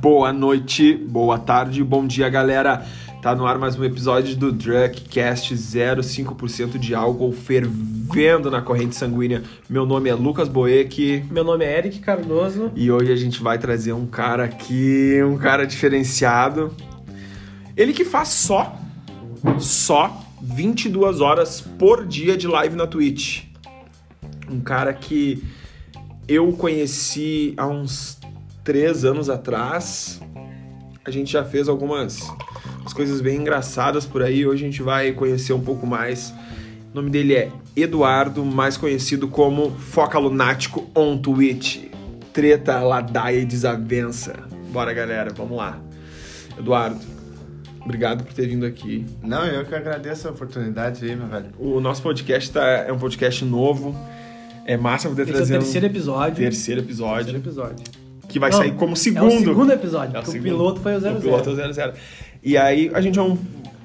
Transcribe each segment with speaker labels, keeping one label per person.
Speaker 1: Boa noite, boa tarde, bom dia, galera. Tá no ar mais um episódio do Druckcast 0,5% de álcool fervendo na corrente sanguínea. Meu nome é Lucas Boeck
Speaker 2: Meu nome é Eric Cardoso.
Speaker 1: e hoje a gente vai trazer um cara aqui, um cara diferenciado. Ele que faz só, só 22 horas por dia de live na Twitch. Um cara que eu conheci há uns três anos atrás. A gente já fez algumas umas coisas bem engraçadas por aí. Hoje a gente vai conhecer um pouco mais. O nome dele é Eduardo, mais conhecido como Foca Lunático on Twitch. Treta, ladaia e desavença. Bora, galera, vamos lá. Eduardo, obrigado por ter vindo aqui.
Speaker 3: Não, eu que agradeço a oportunidade aí, meu velho.
Speaker 1: O nosso podcast tá- é um podcast novo. É massa poder
Speaker 2: Esse é o
Speaker 1: trazer um
Speaker 2: terceiro episódio.
Speaker 1: terceiro episódio,
Speaker 2: Terceiro episódio.
Speaker 1: que vai
Speaker 2: Não,
Speaker 1: sair como
Speaker 2: É o
Speaker 1: segundo.
Speaker 2: segundo episódio,
Speaker 1: É o
Speaker 2: porque
Speaker 1: segundo.
Speaker 2: o piloto foi o
Speaker 1: O piloto
Speaker 2: 00.
Speaker 1: é o 00. E aí a gente é um-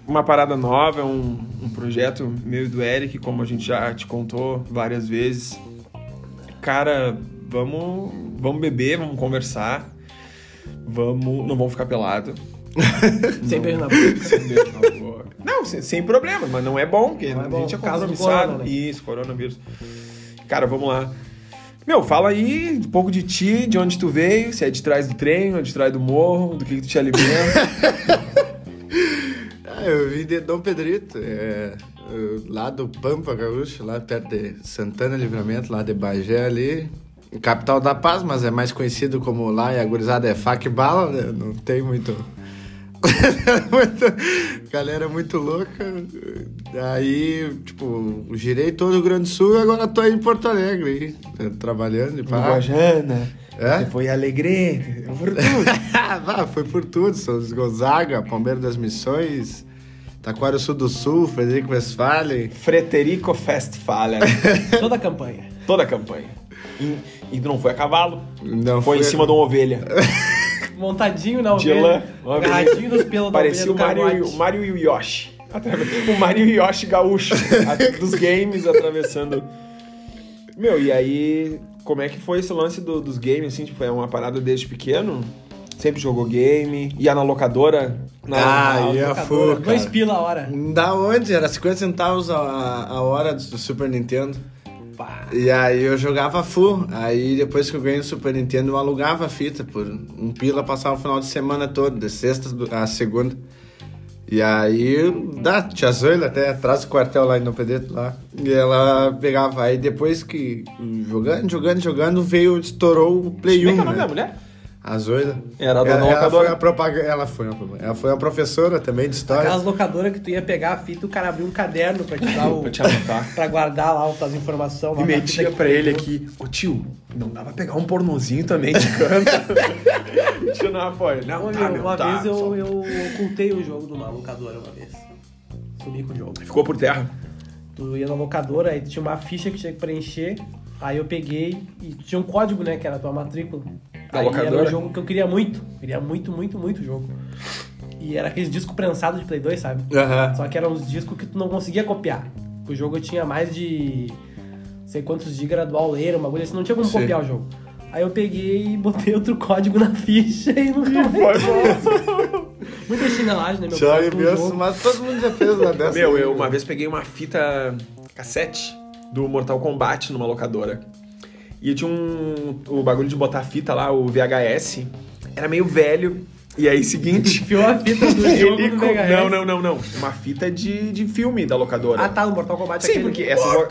Speaker 1: uma parada nova, é um, um projeto meu e do Eric, como a gente já te contou várias vezes. Cara, vamos, vamos beber, vamos conversar. Vamos, não vamos ficar pelado. é
Speaker 2: Sem beijo na boca.
Speaker 1: Sem beijo na boca. Não, sem, sem problema, mas não é bom, porque
Speaker 2: Não é
Speaker 1: a
Speaker 2: bom,
Speaker 1: gente é
Speaker 2: por causa do
Speaker 1: compromissado.
Speaker 2: corona, né?
Speaker 1: Isso, coronavírus. Cara, vamos lá. Meu, fala aí um pouco de ti, de onde tu veio, se é de trás do trem, ou de trás do morro, do que, que tu te alimenta.
Speaker 3: Ah, eu vim de Dom Pedrito, é, eu- lá do Pampa Gaúcho, lá perto de Santana Livramento, lá de Bagé ali. Capital da Paz, mas é mais conhecido como lá e a gurizada é faca e bala, né? Não tem muito... Muito- Galera muito louca. Aí, tipo, girei todo o Rio Grande do Sul e agora tô aí em Porto Alegre, aí, trabalhando e pá.
Speaker 1: Guajana,
Speaker 3: É?
Speaker 1: você foi alegre, por tudo.
Speaker 3: Ah, foi por tudo, São Luís Gonzaga, Palmeiras das Missões, Taquara Sul do Sul, Frederico Westphalen.
Speaker 1: Frederico Festfaller.
Speaker 2: Toda a campanha.
Speaker 1: Toda a campanha. E, e não foi a cavalo,
Speaker 3: Não
Speaker 1: foi em cima de uma ovelha.
Speaker 2: Montadinho na
Speaker 1: De
Speaker 2: ovelha.
Speaker 1: lã.
Speaker 2: Agarradinho nos pelos da ovelha
Speaker 1: Parecia
Speaker 2: do
Speaker 1: o Mario, e-
Speaker 2: Mario,
Speaker 1: o Mario e o Yoshi. Atrave- O Mario e o Yoshi gaúcho a- dos games atravessando. Meu, e aí, como é que foi esse lance do- dos games, assim? Tipo, é uma parada desde pequeno? Sempre jogou game? Ia na locadora? Na é
Speaker 3: Ah, ia full, cara.
Speaker 2: Dois pila a hora.
Speaker 1: Um
Speaker 3: Da onde? Era 50 centavos a, a hora do Super Nintendo.
Speaker 2: Pá.
Speaker 3: E aí eu jogava full. Aí depois que eu ganhei o Super Nintendo, eu alugava a fita por um pila, passava o final de semana todo, de sexta a segunda. E aí, da tia Zoila até atrás do quartel lá em Dom Pedrito lá. E ela pegava. Aí depois que jogando, jogando, jogando, veio, estourou o Play
Speaker 1: Como
Speaker 3: 1.
Speaker 1: é que é o nome
Speaker 3: né?
Speaker 1: da mulher?
Speaker 3: A Zoila.
Speaker 1: Era a dona
Speaker 3: ela, ela
Speaker 1: locadora.
Speaker 3: foi a propaganda. Ela foi uma, ela foi uma professora também de história.
Speaker 2: Aquelas locadoras que tu ia pegar a fita, o cara abriu um caderno pra te dar o.
Speaker 1: Pra te anotar.
Speaker 2: pra guardar lá as informações. lá
Speaker 1: E
Speaker 2: da
Speaker 1: metia
Speaker 2: fita que
Speaker 1: pra
Speaker 2: tu
Speaker 1: ele
Speaker 2: pegou.
Speaker 1: aqui, ô tio, não dá pra pegar um pornozinho também de canto. tio não apoia. Não,
Speaker 2: Ô,
Speaker 1: tá,
Speaker 2: meu,
Speaker 1: meu,
Speaker 2: uma
Speaker 1: tá,
Speaker 2: vez eu,
Speaker 1: só-
Speaker 2: eu ocultei o jogo de uma locadora uma vez. Sumi com o jogo.
Speaker 1: Ficou por terra.
Speaker 2: Tu ia na locadora, aí tinha uma ficha que tinha que preencher. Aí eu peguei e tinha um código, né? Que era a tua matrícula.
Speaker 1: Da
Speaker 2: aí era
Speaker 1: locadora?
Speaker 2: um jogo que eu queria muito. Queria muito, muito, muito o jogo. E era aqueles discos prensados de Play 2, sabe?
Speaker 3: Aham.
Speaker 2: Só que eram uns discos que tu não conseguia copiar. O jogo tinha mais de. não sei quantos gigas era do auleiro, uma coisa assim, não tinha como
Speaker 3: Sim.
Speaker 2: copiar o jogo. Aí eu peguei e botei outro código na ficha e nunca mais. Muita chinelagem, né, meu?
Speaker 3: Tchau,
Speaker 2: Por causa
Speaker 3: e
Speaker 2: de um
Speaker 3: Wilson,
Speaker 2: jogo. é
Speaker 3: mas todo mundo já fez uma dessa.
Speaker 1: Meu, eu uma vez peguei uma fita cassete do Mortal Kombat numa locadora. E tinha um. O bagulho de botar fita lá, o VHS, era meio velho. E aí, seguinte.
Speaker 2: Enfiou a fita do jogo
Speaker 1: ele
Speaker 2: do
Speaker 1: co-
Speaker 2: VHS.
Speaker 1: Não, não, não, não. Uma fita de, de filme da locadora.
Speaker 2: Ah, tá, no Mortal Kombat
Speaker 1: Sim,
Speaker 2: aquele.
Speaker 1: porque essas, lo-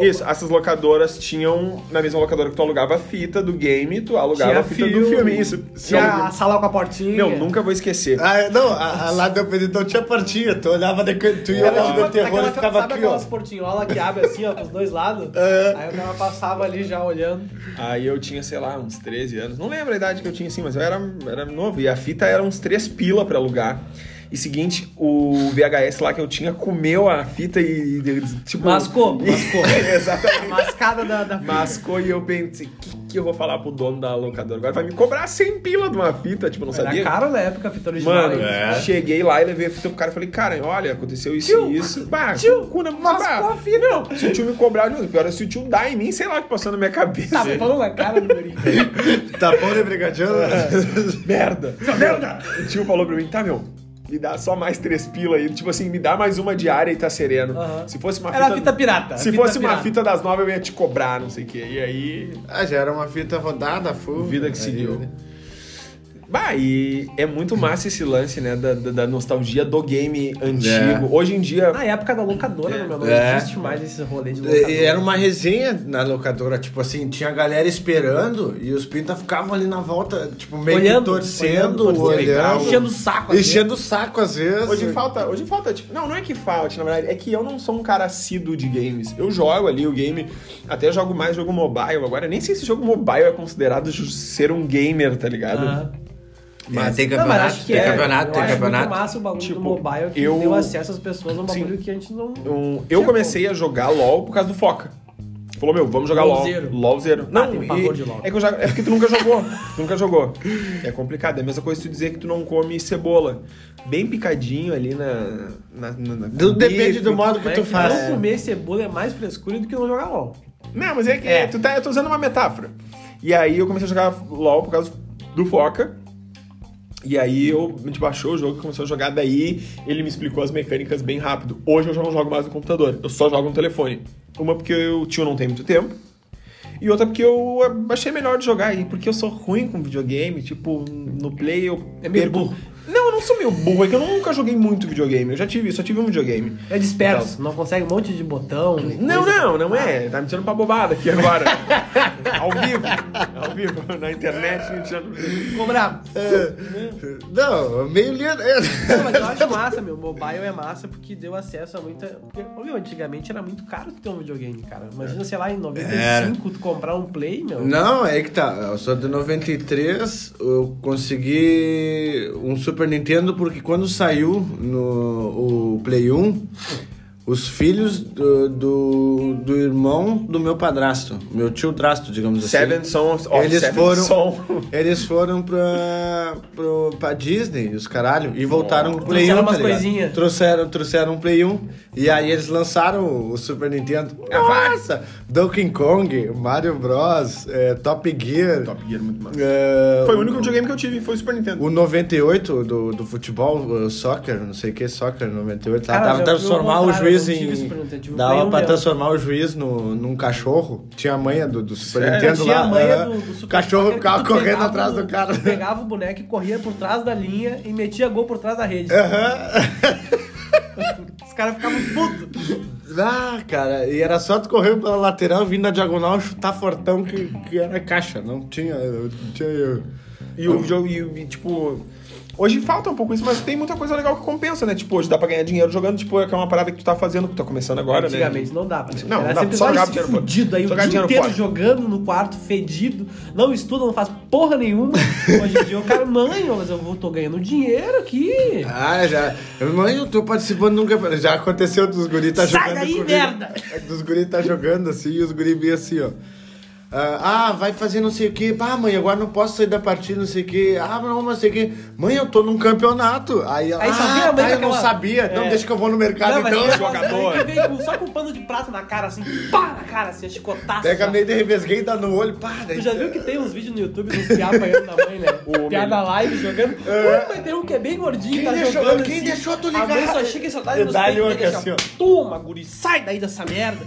Speaker 1: Isso, essas locadoras tinham. Na mesma locadora que tu alugava a fita do game, tu alugava
Speaker 2: Tinha
Speaker 1: a fita do
Speaker 2: filme,
Speaker 1: filme. Isso.
Speaker 2: Tinha a sala com a portinha.
Speaker 1: Meu, nunca vou esquecer.
Speaker 3: Ah, não, a, a lá do Pedrito não tinha partinha. Tu olhava, de, can- tu ia
Speaker 2: Era
Speaker 3: lá
Speaker 2: tipo
Speaker 3: do terror
Speaker 2: aquela-
Speaker 3: e ficava
Speaker 2: sabe
Speaker 3: aqui, ó.
Speaker 2: aquelas portinholas que abre assim, ó, pros dois lados?
Speaker 1: É.
Speaker 2: Aí o cara passava ali já olhando.
Speaker 1: Aí eu tinha, sei lá, uns 13 anos. Não lembro a idade que eu tinha, assim, mas eu era, era novo. E a fita era uns 3 pila pra alugar. E seguinte, o VHS lá que eu tinha comeu a fita e... e- Tipo,
Speaker 2: Mascou, mascou.
Speaker 1: Exatamente.
Speaker 2: Mascada da, da
Speaker 1: Mascou e eu pensei, que que eu vou falar pro dono da locadora? Agora vai me cobrar 100 pila de uma fita, tipo, eu não
Speaker 2: Era
Speaker 1: sabia.
Speaker 2: caro na época a fita original.
Speaker 1: Mano,
Speaker 2: hein?
Speaker 3: é.
Speaker 1: cheguei lá e levei a fita pro cara e falei, cara, olha, aconteceu isso
Speaker 2: Tio,
Speaker 1: e isso. Bah,
Speaker 2: tio,
Speaker 1: cu na-
Speaker 2: Mas
Speaker 1: bah,
Speaker 2: com a fita. Não.
Speaker 1: se o tio me cobrar, o pior é se o tio dá em mim, sei lá o que passou na minha cabeça.
Speaker 2: Tá falando na cara do Guri.
Speaker 3: Tá bom de brigadeiro?
Speaker 2: É.
Speaker 1: merda. merda! O tio falou pra mim, tá, meu, me dá só mais três pila aí. Tipo assim, me dá mais uma diária e tá sereno.
Speaker 2: Aham.
Speaker 1: Se fosse uma
Speaker 2: Era a fita pirata. a
Speaker 1: Se fosse uma
Speaker 2: pirata.
Speaker 1: fita das nove, eu ia te cobrar, não sei o quê. E aí,
Speaker 3: Ah, já era uma fita rodada, full.
Speaker 1: vida que
Speaker 3: Aí, né?
Speaker 1: seguiu. Bah, e é muito massa esse lance, né, da, da- da nostalgia do game antigo.
Speaker 3: É.
Speaker 1: Hoje em dia,
Speaker 2: Na época da locadora, no meu nome,
Speaker 3: É.
Speaker 2: não existe mais esse rolê de
Speaker 1: É,
Speaker 2: locadora.
Speaker 3: E era uma resenha na locadora, tipo assim, tinha a galera esperando e os pintas ficavam ali na volta, tipo, meio
Speaker 2: Olhando,
Speaker 3: que torcendo,
Speaker 2: olhando,
Speaker 3: olhando,
Speaker 2: torcendo. Enchendo o saco, às
Speaker 3: Enchendo o saco às vezes.
Speaker 1: Hoje falta, hoje falta, tipo, não, não é que falte, na verdade, é que eu não sou um cara assíduo de games. Eu jogo ali o game, até jogo mais jogo mobile agora. Nem sei se jogo mobile é considerado ju- ser um gamer, tá ligado?
Speaker 2: Aham.
Speaker 3: Mas tem
Speaker 2: Não, mas acho que é. eu acho Muito
Speaker 3: Mas
Speaker 2: massa o bagulho
Speaker 1: Tipo,
Speaker 2: do mobile que
Speaker 1: eu-
Speaker 2: deu acesso às pessoas a um
Speaker 1: Sim.
Speaker 2: bagulho que antes não.
Speaker 1: Um-
Speaker 2: Tipo-
Speaker 1: eu comecei a jogar LOL por causa do Foca. Falou, meu, vamos jogar LOL.
Speaker 2: LOLzero.
Speaker 1: LOL zero. Não,
Speaker 2: tenho
Speaker 1: e-
Speaker 2: Ah, pavor de LOL.
Speaker 1: É, que eu já, é porque tu nunca jogou. tu nunca jogou. É complicado. É a mesma coisa tu dizer que tu não come cebola. Bem picadinho ali na. na, na- na-
Speaker 3: Do-
Speaker 1: com
Speaker 3: depende
Speaker 1: bife.
Speaker 3: do modo que
Speaker 2: Como é
Speaker 3: tu
Speaker 2: que
Speaker 3: faz.
Speaker 2: Não comer cebola é mais frescura do que não jogar LOL.
Speaker 1: Não, mas é que
Speaker 2: É.
Speaker 1: Tu tá, eu tô usando uma metáfora. E aí eu comecei a jogar LOL por causa do Foca. E aí eu, a gente baixou o jogo, começou a jogar, daí ele me explicou as mecânicas bem rápido. Hoje eu já não jogo mais no computador, eu só jogo no telefone. Uma porque o tio não tem muito tempo, e outra porque eu achei melhor de jogar, e porque eu sou ruim com videogame, tipo, no play eu...
Speaker 2: É meio
Speaker 1: perco-
Speaker 2: burro.
Speaker 1: Não, eu não sou meio burro, é que eu nunca joguei muito videogame, eu já tive, só tive um videogame.
Speaker 2: É disperso, não consegue um monte de botão.
Speaker 1: Não,
Speaker 2: coisa.
Speaker 1: não, não é. Tá me tirando pra bobada aqui agora. Ao vivo. Ao vivo, na internet, me tirando.
Speaker 2: Ficou bravo.
Speaker 3: É. Não, meio lindo. É.
Speaker 2: Não, mas eu acho massa, meu. Mobile é massa porque deu acesso a muita. Porque, ô, meu, antigamente era muito caro tu ter um videogame, cara. Imagina, sei lá, em 95 tu comprar um Play, meu.
Speaker 3: Não, é que tá. Eu sou de 93, eu consegui um Super Nintendo porque quando saiu no o Play 1, os filhos do, do, do irmão do meu padrasto, meu tio trasto, digamos
Speaker 1: Seven
Speaker 3: assim.
Speaker 1: Sons of
Speaker 3: eles
Speaker 1: Seven
Speaker 3: foram
Speaker 1: Son.
Speaker 3: eles foram pra, pro, pra Disney os caralho e voltaram pro Play 1
Speaker 2: Trouxeram umas
Speaker 3: ligado?
Speaker 2: coisinha.
Speaker 3: trouxeram trouxeram um Play 1 e aí eles lançaram o Super Nintendo nossa Donkey Kong Mario Bros é, Top Gear
Speaker 1: Top Gear, muito massa.
Speaker 3: é,
Speaker 1: Foi o único videogame que eu tive, foi o Super Nintendo.
Speaker 3: o 98 do, do futebol, o soccer, não sei o que, soccer 98, lá
Speaker 2: Cara,
Speaker 3: dava
Speaker 2: já
Speaker 3: pra
Speaker 2: fui ao
Speaker 3: transformar o
Speaker 2: contrário,
Speaker 3: juiz
Speaker 2: eu não tive
Speaker 3: em.
Speaker 2: Super Nintendo, tive um Play
Speaker 3: Dava
Speaker 2: um
Speaker 3: pra
Speaker 2: mesmo.
Speaker 3: transformar o juiz no, num cachorro. Tinha a manha do, do Super
Speaker 1: Sério?
Speaker 3: Nintendo
Speaker 2: Tinha
Speaker 3: lá.
Speaker 2: a manha
Speaker 3: é.
Speaker 2: do, do Super
Speaker 3: cachorro
Speaker 2: Soccer que
Speaker 3: ficava
Speaker 2: tu
Speaker 3: correndo
Speaker 2: pegava
Speaker 3: atrás
Speaker 2: o-
Speaker 3: do cara.
Speaker 2: tu Pegava o boneco e corria por trás da linha e metia gol por trás da rede. Os caras ficavam putos.
Speaker 3: Ah, cara, e era só tu correr pela lateral, vir na diagonal, chutar fortão que, que era caixa. Não tinha. Não tinha
Speaker 1: E o jogo, e, o- e, tipo. Hoje falta um pouco isso, mas tem muita coisa legal que compensa, né? Tipo, hoje dá pra ganhar dinheiro jogando, tipo, é que é uma parada que tu tá fazendo, que tu tá começando agora, né?
Speaker 2: Antigamente não dava.
Speaker 1: Não, não
Speaker 2: Era
Speaker 1: dava,
Speaker 2: sempre
Speaker 1: só
Speaker 2: só
Speaker 1: jogava
Speaker 2: esse
Speaker 1: dinheiro fora.
Speaker 2: fudido aí, o
Speaker 1: Jogava
Speaker 2: dia
Speaker 1: dinheiro
Speaker 2: inteiro
Speaker 1: fora.
Speaker 2: jogando no quarto, fedido, não estuda, não faz porra nenhuma. Hoje em dia o cara, mãe, mas eu vou- tô ganhando dinheiro aqui.
Speaker 3: Ah, já. Mãe, eu tô participando nunca. Já aconteceu dos guris tá
Speaker 2: Sai
Speaker 3: jogando.
Speaker 2: daí,
Speaker 3: comigo.
Speaker 2: merda!
Speaker 3: Dos guris tá jogando assim e os guris meio assim, ó. Ah, ah, vai fazer não sei o que. Ah, mãe, agora não posso sair da partida, não sei o que. Ah, não, não sei o que. Mãe, eu tô num campeonato. Aí, ela,
Speaker 2: Aí só vem
Speaker 3: ah,
Speaker 2: a mãe
Speaker 3: tá,
Speaker 2: com
Speaker 3: eu não
Speaker 2: aquela-
Speaker 3: sabia. Não,
Speaker 2: É.
Speaker 3: deixa que eu vou no mercado
Speaker 2: mas
Speaker 3: então.
Speaker 2: tem
Speaker 1: joga-
Speaker 2: umas
Speaker 1: jogador.
Speaker 2: aí que vem com- só com um pano de prato na cara, assim, pá na cara, assim, a chicotaço.
Speaker 3: Pega
Speaker 2: já.
Speaker 3: meio assim, né? de revesguei e dá no olho. Pá, daí-
Speaker 2: Tu já viu que tem uns vídeos no YouTube dos piá apanhando da mãe, né?
Speaker 1: O
Speaker 2: piá
Speaker 1: homem.
Speaker 2: na live jogando. Ué, mas tem um que é bem gordinho,
Speaker 3: Quem
Speaker 2: tá
Speaker 3: deixou-
Speaker 2: jogando
Speaker 3: quem
Speaker 2: assim.
Speaker 3: deixou tu
Speaker 2: A
Speaker 3: ligar?
Speaker 2: mãe só chega e só dá
Speaker 3: E
Speaker 2: nos
Speaker 3: dá-lhe
Speaker 2: peitos
Speaker 3: uma
Speaker 2: e
Speaker 3: que é
Speaker 2: deixa,
Speaker 3: assim, ó.
Speaker 2: Toma, guri, sai daí dessa merda.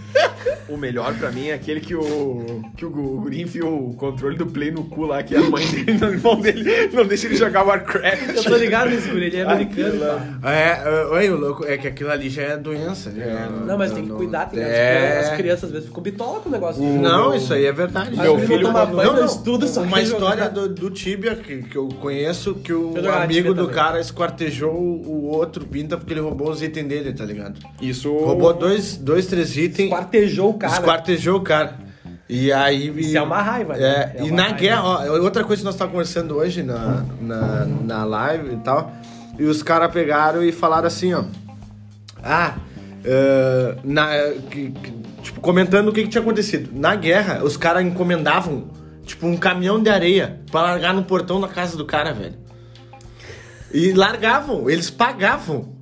Speaker 1: O melhor pra mim é aquele que o. que o Guri enfiou o controle do play no cu lá, que a mãe dele, no irmão dele, não deixa ele jogar Warcraft.
Speaker 2: Eu tô ligado nesse guri, ele é americano.
Speaker 1: Aquilo lá.
Speaker 2: pá.
Speaker 3: É, oi, o louco, é que aquilo ali já é doença. já é-
Speaker 2: Não, mas tem que cuidar, tem que
Speaker 3: É.
Speaker 2: as crianças às vezes ficam bitola com o negócio.
Speaker 3: Não, isso aí é verdade.
Speaker 1: Meu filho
Speaker 2: toma banho, não estuda, um só
Speaker 3: Uma
Speaker 2: quer
Speaker 3: história
Speaker 2: jogar.
Speaker 3: do, do Tibia que, que eu conheço, que
Speaker 2: Eu
Speaker 3: o
Speaker 2: jogava
Speaker 3: amigo
Speaker 2: Tibia
Speaker 3: do
Speaker 2: também.
Speaker 3: cara esquartejou o outro pinta porque ele roubou os itens dele, tá ligado?
Speaker 1: Isso.
Speaker 3: Roubou dois, dois três itens,
Speaker 2: Quartejou o cara.
Speaker 3: esquartejou o cara. E aí... e-
Speaker 2: Isso é uma raiva, né?
Speaker 3: É,
Speaker 2: É
Speaker 3: e
Speaker 2: uma
Speaker 3: na
Speaker 2: raiva.
Speaker 3: guerra, ó, outra coisa que nós estávamos conversando hoje na, na, na live e tal, e os caras pegaram e falaram assim, ó... Ah, é, na, que- que- tipo, comentando o que, que tinha acontecido. Na guerra, os caras encomendavam Tipo, um caminhão de areia pra largar no portão da casa do cara, velho. E largavam, eles pagavam.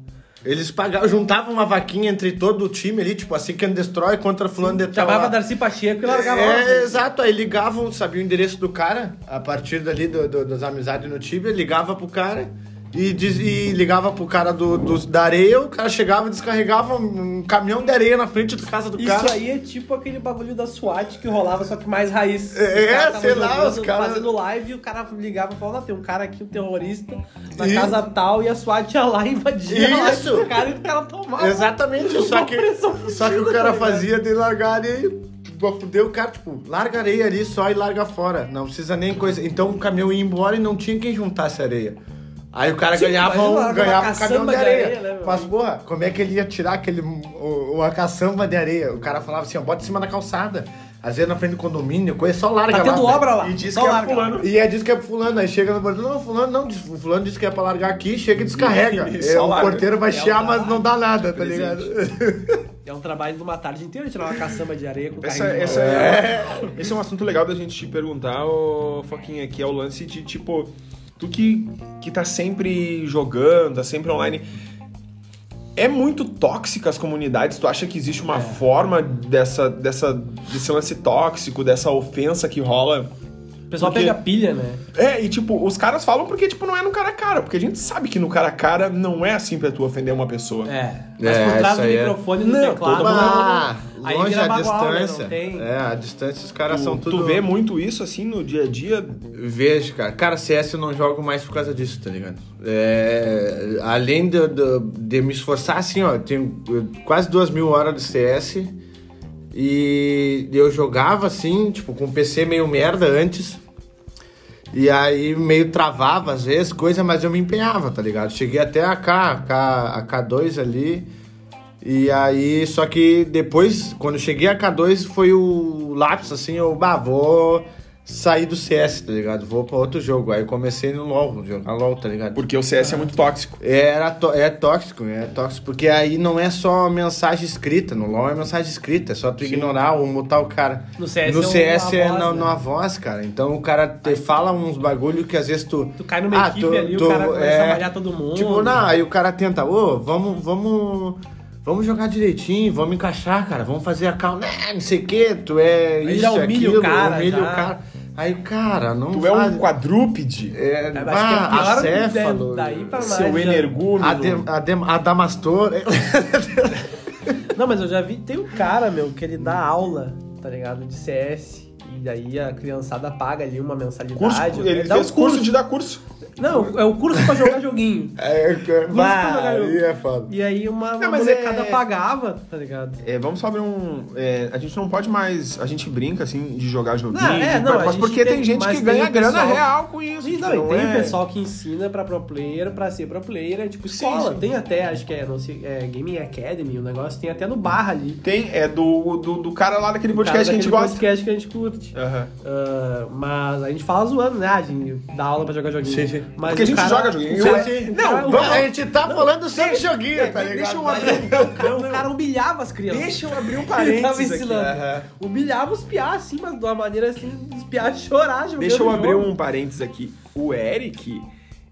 Speaker 3: Eles pagavam, juntavam uma vaquinha entre todo o time ali, tipo, assim que destrói contra fulano de tal.
Speaker 2: Chamava
Speaker 3: lá.
Speaker 2: Darcy Pacheco e largava lá.
Speaker 3: É, exato. Aí ligavam, sabia o endereço do cara, a partir dali do- do- das amizades no Tibia, ligava pro cara e, diz- e ligava pro cara do, do- da areia, o cara chegava e descarregava um, um caminhão de areia na frente da casa do
Speaker 2: Isso
Speaker 3: cara.
Speaker 2: aí é tipo aquele bagulho da SWAT que rolava, só que mais raiz.
Speaker 3: É,
Speaker 2: Os caras tavam
Speaker 3: sei lá,
Speaker 2: jogando,
Speaker 3: os caras-
Speaker 2: Fazendo live e o cara ligava e falava, "Ah, tem um cara aqui, um terrorista, na
Speaker 3: Isso.
Speaker 2: casa tal, e a SWAT ia lá, invadia a live
Speaker 3: Isso.
Speaker 2: do cara e o cara tomava.
Speaker 3: Exatamente, só
Speaker 2: Uma
Speaker 3: que,
Speaker 2: pressão
Speaker 3: só que o
Speaker 2: fudida,
Speaker 3: cara
Speaker 2: tá ligado?
Speaker 3: fazia de largar areia. Tipo, Fudeu o cara, tipo, larga a areia ali só e larga fora. Não precisa nem coisa. Então o caminhão ia embora e não tinha quem juntasse areia. Aí o cara
Speaker 2: Sim,
Speaker 3: ganhava,
Speaker 2: imagina, larga
Speaker 3: um,
Speaker 2: uma
Speaker 3: ganhava um caminhão
Speaker 2: caçamba
Speaker 3: de
Speaker 2: de
Speaker 3: areia.
Speaker 2: areia, né, meu?
Speaker 3: Mas, porra, como é que ele ia tirar aquele, o- uma caçamba de areia? O cara falava assim, ó, bota em cima da calçada. Às vezes na frente do condomínio, coisa, só larga
Speaker 2: Tá
Speaker 3: lá.
Speaker 2: tendo
Speaker 3: velho.
Speaker 2: obra lá.
Speaker 1: E diz
Speaker 2: só
Speaker 1: que é
Speaker 2: larga.
Speaker 1: fulano.
Speaker 3: E é diz que é pro fulano, aí chega no porteiro, não, fulano não, diz- o fulano disse que é pra largar aqui, chega e descarrega.
Speaker 1: E
Speaker 3: é,
Speaker 1: só
Speaker 3: o
Speaker 1: larga.
Speaker 3: porteiro vai
Speaker 2: É,
Speaker 3: chiar,
Speaker 2: o
Speaker 3: mas não dá nada, tá ligado?
Speaker 1: Presente.
Speaker 2: É um trabalho de uma tarde inteira tirar uma caçamba de areia com o
Speaker 1: Essa,
Speaker 2: carrinho. de
Speaker 1: essa
Speaker 2: mão.
Speaker 1: é- Esse é um assunto legal da gente te perguntar, ô Foquinha, que é o lance de, tipo, tu que, que tá sempre jogando, tá sempre online. É muito tóxica as comunidades? Tu acha que existe uma forma dessa, dessa, desse lance tóxico, dessa ofensa que rola?
Speaker 2: O pessoal
Speaker 1: Porque-
Speaker 2: pega pilha, né?
Speaker 1: É, e tipo, os caras falam porque, tipo, não é no cara a cara. Porque a gente sabe que no cara a cara não é assim pra tu ofender uma pessoa.
Speaker 2: É. Mas
Speaker 3: É,
Speaker 2: por
Speaker 3: isso
Speaker 2: trás do
Speaker 3: aí é-
Speaker 2: microfone e do
Speaker 1: Não,
Speaker 2: teclado.
Speaker 1: todo mundo-
Speaker 3: Ah,
Speaker 2: aí
Speaker 3: longe
Speaker 2: vira
Speaker 3: a
Speaker 2: bagual, né?
Speaker 3: distância.
Speaker 2: Não tem-
Speaker 3: É, a distância os caras
Speaker 1: Tu,
Speaker 3: são
Speaker 1: tu
Speaker 3: tudo.
Speaker 1: vê muito isso, assim, no dia a dia?
Speaker 3: Vejo, cara. Cara, CS eu não jogo mais por causa disso, tá ligado? É, além de, de- de me esforçar, assim, ó, eu tenho eh, quase duas mil horas de CS. E eu jogava assim, tipo, com um PC meio merda antes. E aí meio travava às vezes, coisa, mas eu me empenhava, tá ligado? Cheguei até a K, a K, a K2 ali. E aí, só que depois, quando eu cheguei a K2, foi o lápis, assim, eu, bah, vou sair do CS, tá ligado? Vou pra outro jogo. Aí eu comecei no LoL, jogar LoL, tá ligado?
Speaker 1: Porque o CS é muito tóxico.
Speaker 3: Era tó- é tóxico, é tóxico, porque aí não é só mensagem escrita, no LoL é mensagem escrita, é só tu ignorar ou mutar o cara.
Speaker 2: No CS
Speaker 3: no
Speaker 2: é um-
Speaker 3: CS
Speaker 2: uma
Speaker 3: é
Speaker 2: voz,
Speaker 3: na,
Speaker 2: né?
Speaker 3: na voz, cara. Então o cara te fala uns bagulho que às vezes tu.
Speaker 2: Tu cai numa equipe ali, o cara começa a malhar todo mundo.
Speaker 3: Tipo, não, aí o cara tenta, ô, vamos, vamos. Vamos jogar direitinho, vamos encaixar, cara, vamos fazer a calma, não sei o que, tu é
Speaker 2: Aí
Speaker 3: isso,
Speaker 2: já
Speaker 3: é
Speaker 2: humilha o
Speaker 3: aquilo,
Speaker 2: cara,
Speaker 3: humilha
Speaker 2: já.
Speaker 3: o cara. Aí, cara, não
Speaker 1: Tu é um
Speaker 3: faz-
Speaker 1: quadrúpede.
Speaker 3: É,
Speaker 2: Acho
Speaker 3: bah,
Speaker 2: que é pior
Speaker 3: acéfalo.
Speaker 2: daí pra mais. né?
Speaker 1: Seu
Speaker 2: já.
Speaker 1: energúmeno.
Speaker 3: Adem, Adem, Adamastor. é,
Speaker 2: Não, mas eu já vi. Tem um cara, meu, que ele dá aula, tá ligado? De CS. E daí a criançada paga ali uma mensalidade.
Speaker 1: Curso,
Speaker 2: né?
Speaker 1: ele
Speaker 2: Dá
Speaker 1: fez
Speaker 2: um
Speaker 1: curso de dar curso.
Speaker 2: Não, é o curso pra jogar joguinho.
Speaker 3: É, é, bah,
Speaker 2: Mas-
Speaker 3: aí é foda.
Speaker 2: E aí uma, uma
Speaker 1: Não, mas
Speaker 2: molecada
Speaker 1: é-
Speaker 2: pagava, tá ligado?
Speaker 1: É, vamos só abrir um. é, a gente não pode mais. A gente brinca assim de jogar joguinho.
Speaker 2: Não, é,
Speaker 1: de-
Speaker 2: não, a
Speaker 1: mas
Speaker 2: gente
Speaker 1: porque tem,
Speaker 2: tem-
Speaker 1: gente
Speaker 2: mas
Speaker 1: que
Speaker 2: tem
Speaker 1: ganha
Speaker 2: o
Speaker 1: grana
Speaker 2: pessoal-
Speaker 1: real com isso.
Speaker 2: Sim,
Speaker 1: tipo,
Speaker 2: não, e tem
Speaker 1: é-
Speaker 2: pessoal que ensina pra pro player, pra ser pro player, é tipo
Speaker 1: Sim,
Speaker 2: escola.
Speaker 1: sim.
Speaker 2: Tem até, acho que é, não sei, é Gaming Academy, o negócio tem até no barra ali.
Speaker 1: Tem, é do, do, do cara lá daquele podcast
Speaker 2: Cara,
Speaker 1: que a gente
Speaker 2: daquele
Speaker 1: gosta.
Speaker 2: Podcast que a gente curte.
Speaker 1: Aham.
Speaker 2: Ah, mas a gente fala zoando, né? A gente dá aula pra jogar joguinho.
Speaker 3: Sim, sim.
Speaker 2: Mas
Speaker 1: Porque
Speaker 2: o
Speaker 1: a gente
Speaker 2: cara-
Speaker 1: joga joguinho.
Speaker 2: o cara-
Speaker 1: Eu-
Speaker 2: o
Speaker 1: Não,
Speaker 2: cara- o
Speaker 1: vamos-
Speaker 3: A gente tá falando sobre joguinho, tá ligado?
Speaker 1: Deixa eu
Speaker 3: Mas-
Speaker 1: abrir. um-
Speaker 2: cara- O cara humilhava as crianças.
Speaker 1: Deixa eu abrir um
Speaker 2: Ele tava
Speaker 1: parênteses aqui.
Speaker 2: ensinando.
Speaker 1: Aham.
Speaker 2: Humilhava os piá, assim, mas de uma maneira assim, os piá chorar jogando
Speaker 1: Deixa eu abrir
Speaker 2: jogo.
Speaker 1: um parênteses aqui. O Eric,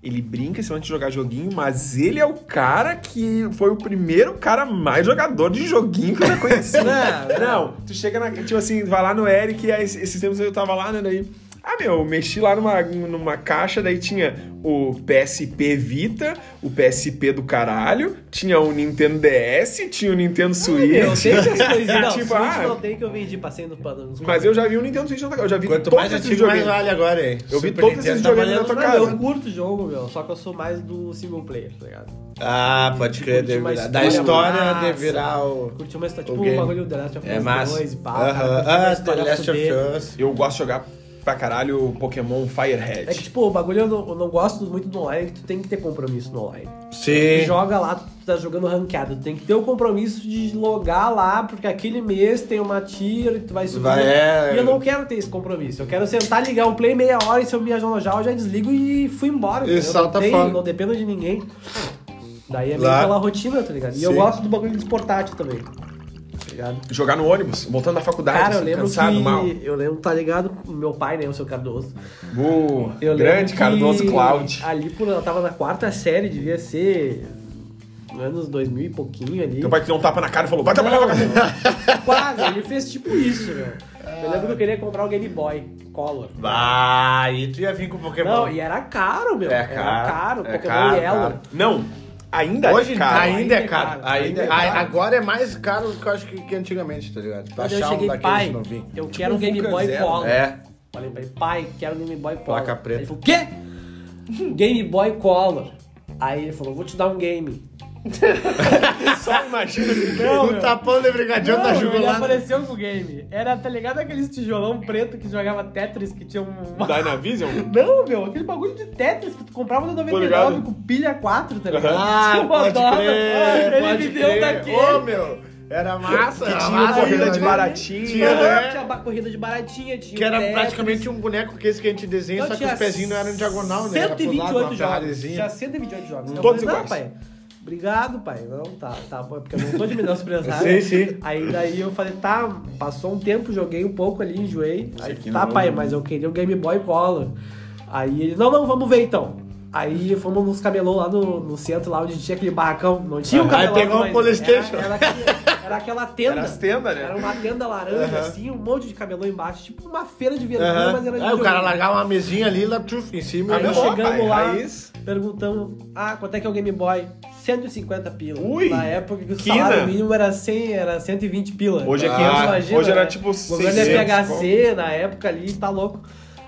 Speaker 1: ele brinca esse lance de jogar joguinho, mas ele é o cara que foi o primeiro cara mais jogador de joguinho que eu já conheci.
Speaker 2: Não,
Speaker 1: não, tu chega na. Tipo assim, vai lá no Eric, e aí esses tempos eu tava lá, né? Daí. Ah, meu, eu mexi lá numa, numa caixa, daí tinha o PSP Vita, o PSP do caralho, tinha o Nintendo DS, tinha o Nintendo Switch.
Speaker 2: Eu sei que as coisinhas. Não,
Speaker 1: Tipo,
Speaker 2: Switch
Speaker 1: ah,
Speaker 2: não tem que eu vendi, passei no pano.
Speaker 1: Mas eu já vi o Nintendo Switch na tua casa, eu já vi
Speaker 3: Quanto
Speaker 1: todos
Speaker 3: mais
Speaker 1: esses
Speaker 3: antigo, mais
Speaker 1: joguinhos.
Speaker 3: vale agora, hein?
Speaker 1: Eu vi
Speaker 3: Super
Speaker 1: todos
Speaker 3: Nintendo
Speaker 1: esses
Speaker 3: tá
Speaker 1: jogos
Speaker 3: valendo
Speaker 1: na tua
Speaker 3: mais.
Speaker 1: casa.
Speaker 2: Eu curto o jogo, meu, só que eu sou mais do single player, tá ligado?
Speaker 3: Ah, pode crer.
Speaker 2: Curte
Speaker 3: de-
Speaker 2: uma
Speaker 3: da
Speaker 2: história
Speaker 3: história de
Speaker 2: massa.
Speaker 3: virar o...
Speaker 2: Curti uma história,
Speaker 3: O
Speaker 2: tipo
Speaker 3: game.
Speaker 2: o bagulho do The Last of
Speaker 3: É
Speaker 2: Us
Speaker 3: massa.
Speaker 2: 2 e pá. cara,
Speaker 3: Aham,
Speaker 2: curti uma
Speaker 3: Ah,
Speaker 2: história
Speaker 3: The Last of
Speaker 2: fuder.
Speaker 3: Us.
Speaker 1: Eu gosto de jogar pra caralho Pokémon Firehead.
Speaker 2: É que, tipo, o bagulho eu não, eu não gosto muito do online, que tu tem que ter compromisso no online. Tu
Speaker 3: Sim.
Speaker 2: joga lá, tu tá jogando ranqueado, tu tem que ter o compromisso de logar lá, porque aquele mês tem uma tira e tu vai subir.
Speaker 3: Vai, é.
Speaker 2: E eu não quero ter esse compromisso. Eu quero sentar, ligar um play meia hora e se eu me ajonojar, eu já desligo e fui embora.
Speaker 3: E
Speaker 2: entendeu?
Speaker 3: salta
Speaker 2: não, tenho-
Speaker 3: fora.
Speaker 2: não dependo de ninguém. Daí é meio
Speaker 3: Lá.
Speaker 2: pela rotina, tá ligado? E eu
Speaker 3: Sim.
Speaker 2: gosto do bagulho de portátil também. tá ligado?
Speaker 1: Jogar no ônibus, voltando da faculdade,
Speaker 2: Cara,
Speaker 3: tá
Speaker 2: eu
Speaker 1: assim,
Speaker 2: lembro
Speaker 1: cansado,
Speaker 2: que.
Speaker 1: mal.
Speaker 2: Eu lembro, tá ligado? Meu pai, né? O seu Cardoso.
Speaker 1: Boa,
Speaker 2: Eu lembro
Speaker 1: grande
Speaker 2: que
Speaker 1: Cardoso Cloud.
Speaker 2: Ali por ela tava na quarta série, devia ser. nos Anos 2000 e pouquinho ali.
Speaker 1: Teu pai te deu um tapa na cara e falou, vai trabalhar, vagabundo.
Speaker 2: Quase, ele fez tipo isso, meu. Eu lembro que eu queria comprar o Game Boy Color.
Speaker 3: Vai, tu ia vir com Pokémon.
Speaker 2: Não, e era caro, meu.
Speaker 3: É
Speaker 2: era
Speaker 3: caro,
Speaker 2: caro,
Speaker 3: é
Speaker 2: Pokémon
Speaker 3: caro,
Speaker 2: Yellow.
Speaker 3: caro.
Speaker 1: Não, ainda
Speaker 3: Hoje
Speaker 1: é caro.
Speaker 3: ainda é caro.
Speaker 2: ainda
Speaker 3: Ainda
Speaker 2: é
Speaker 3: a-
Speaker 2: caro.
Speaker 3: Agora é mais caro do que eu acho que, que antigamente, tá ligado? Tu
Speaker 2: Quando eu
Speaker 3: achar um
Speaker 2: cheguei,
Speaker 3: daqueles
Speaker 2: pai,
Speaker 3: novinho. Tipo
Speaker 2: eu quero um
Speaker 1: um
Speaker 2: Game
Speaker 1: Vulcan
Speaker 2: Boy
Speaker 1: Zero,
Speaker 2: Color.
Speaker 3: É.
Speaker 2: Falei pra ele, pai, quero um Game Boy Color.
Speaker 3: Placa preta.
Speaker 2: Ele falou, quê? Game Boy Color. Aí ele falou, vou te dar um game.
Speaker 1: Só imagina que
Speaker 2: Não,
Speaker 3: Um
Speaker 2: meu.
Speaker 3: tapão de brigadinho da
Speaker 2: Não, ele
Speaker 3: jugulada.
Speaker 2: apareceu com o game. Era, tá ligado, aqueles tijolão preto que jogava Tetris, que tinha um...
Speaker 1: Dynavision...
Speaker 2: Não, meu, aquele bagulho de Tetris que tu comprava no
Speaker 1: Tô
Speaker 2: 99
Speaker 1: ligado.
Speaker 2: com pilha 4, tá ligado?
Speaker 3: Ah,
Speaker 2: Tinha uma
Speaker 3: pode
Speaker 2: dona,
Speaker 3: crer,
Speaker 2: ele
Speaker 3: pode
Speaker 2: me deu
Speaker 3: crer.
Speaker 2: daquele.
Speaker 3: Ô, meu, era massa.
Speaker 1: Que
Speaker 3: era
Speaker 1: tinha
Speaker 3: massa,
Speaker 1: corrida
Speaker 3: era
Speaker 1: de
Speaker 3: massa.
Speaker 1: baratinha,
Speaker 3: Tinha,
Speaker 2: Aham,
Speaker 3: né?
Speaker 2: Tinha ba- corrida de baratinha, tinha
Speaker 3: Que era
Speaker 2: Tetris.
Speaker 3: praticamente um boneco que esse que a gente desenha,
Speaker 2: Então,
Speaker 3: só que
Speaker 2: tinha
Speaker 3: os pezinhos não eram diagonal, né? Era pro lado,
Speaker 2: 128
Speaker 3: uma
Speaker 2: jogos.
Speaker 3: ferrarizinha.
Speaker 2: Tinha 128
Speaker 3: Hum.
Speaker 2: jogos. Então,
Speaker 1: Todos
Speaker 2: eu falei,
Speaker 1: iguais.
Speaker 2: Não, pai. Obrigado, pai. Não, tá, tá, pô, porque eu não tô de menosprezado.
Speaker 3: Sim, sim.
Speaker 2: Aí daí eu falei, tá, passou um tempo, joguei um pouco ali, enjoei. Aí,
Speaker 3: aqui
Speaker 2: tá,
Speaker 3: não- é um
Speaker 2: pai, mas eu queria o Game Boy Color. Aí ele, não, não, vamos ver então. Aí fomos nos camelô lá no, no centro, lá onde tinha aquele barracão. Não tinha um
Speaker 3: Aí
Speaker 2: camelô.
Speaker 3: pegou um
Speaker 2: mas
Speaker 3: Polystation.
Speaker 2: Era, era, aquele- era aquela tenda.
Speaker 1: Era as tendas, né?
Speaker 2: Era uma tenda laranja, assim, um monte de camelô embaixo. Tipo uma feira de verdura,
Speaker 3: Aham.
Speaker 2: mas era de
Speaker 3: Aí o cara
Speaker 2: videogame.
Speaker 3: largava uma mesinha ali, lá tchuf, em cima. né?
Speaker 2: Aí
Speaker 3: e-
Speaker 1: meu
Speaker 2: nós
Speaker 1: bom,
Speaker 2: chegamos
Speaker 1: pai,
Speaker 2: um- lá,
Speaker 1: raiz.
Speaker 2: perguntamos, ah, quanto é que é o Game Boy? 150 pila.
Speaker 1: Ui,
Speaker 2: Na época que o
Speaker 1: quina.
Speaker 2: salário mínimo era 100, era 120 pila.
Speaker 1: Hoje é
Speaker 2: Ah,
Speaker 1: 500,
Speaker 2: imagina,
Speaker 1: hoje era
Speaker 2: né?
Speaker 1: tipo
Speaker 2: O governo
Speaker 1: 600,
Speaker 2: FHC, na época ali, tá louco.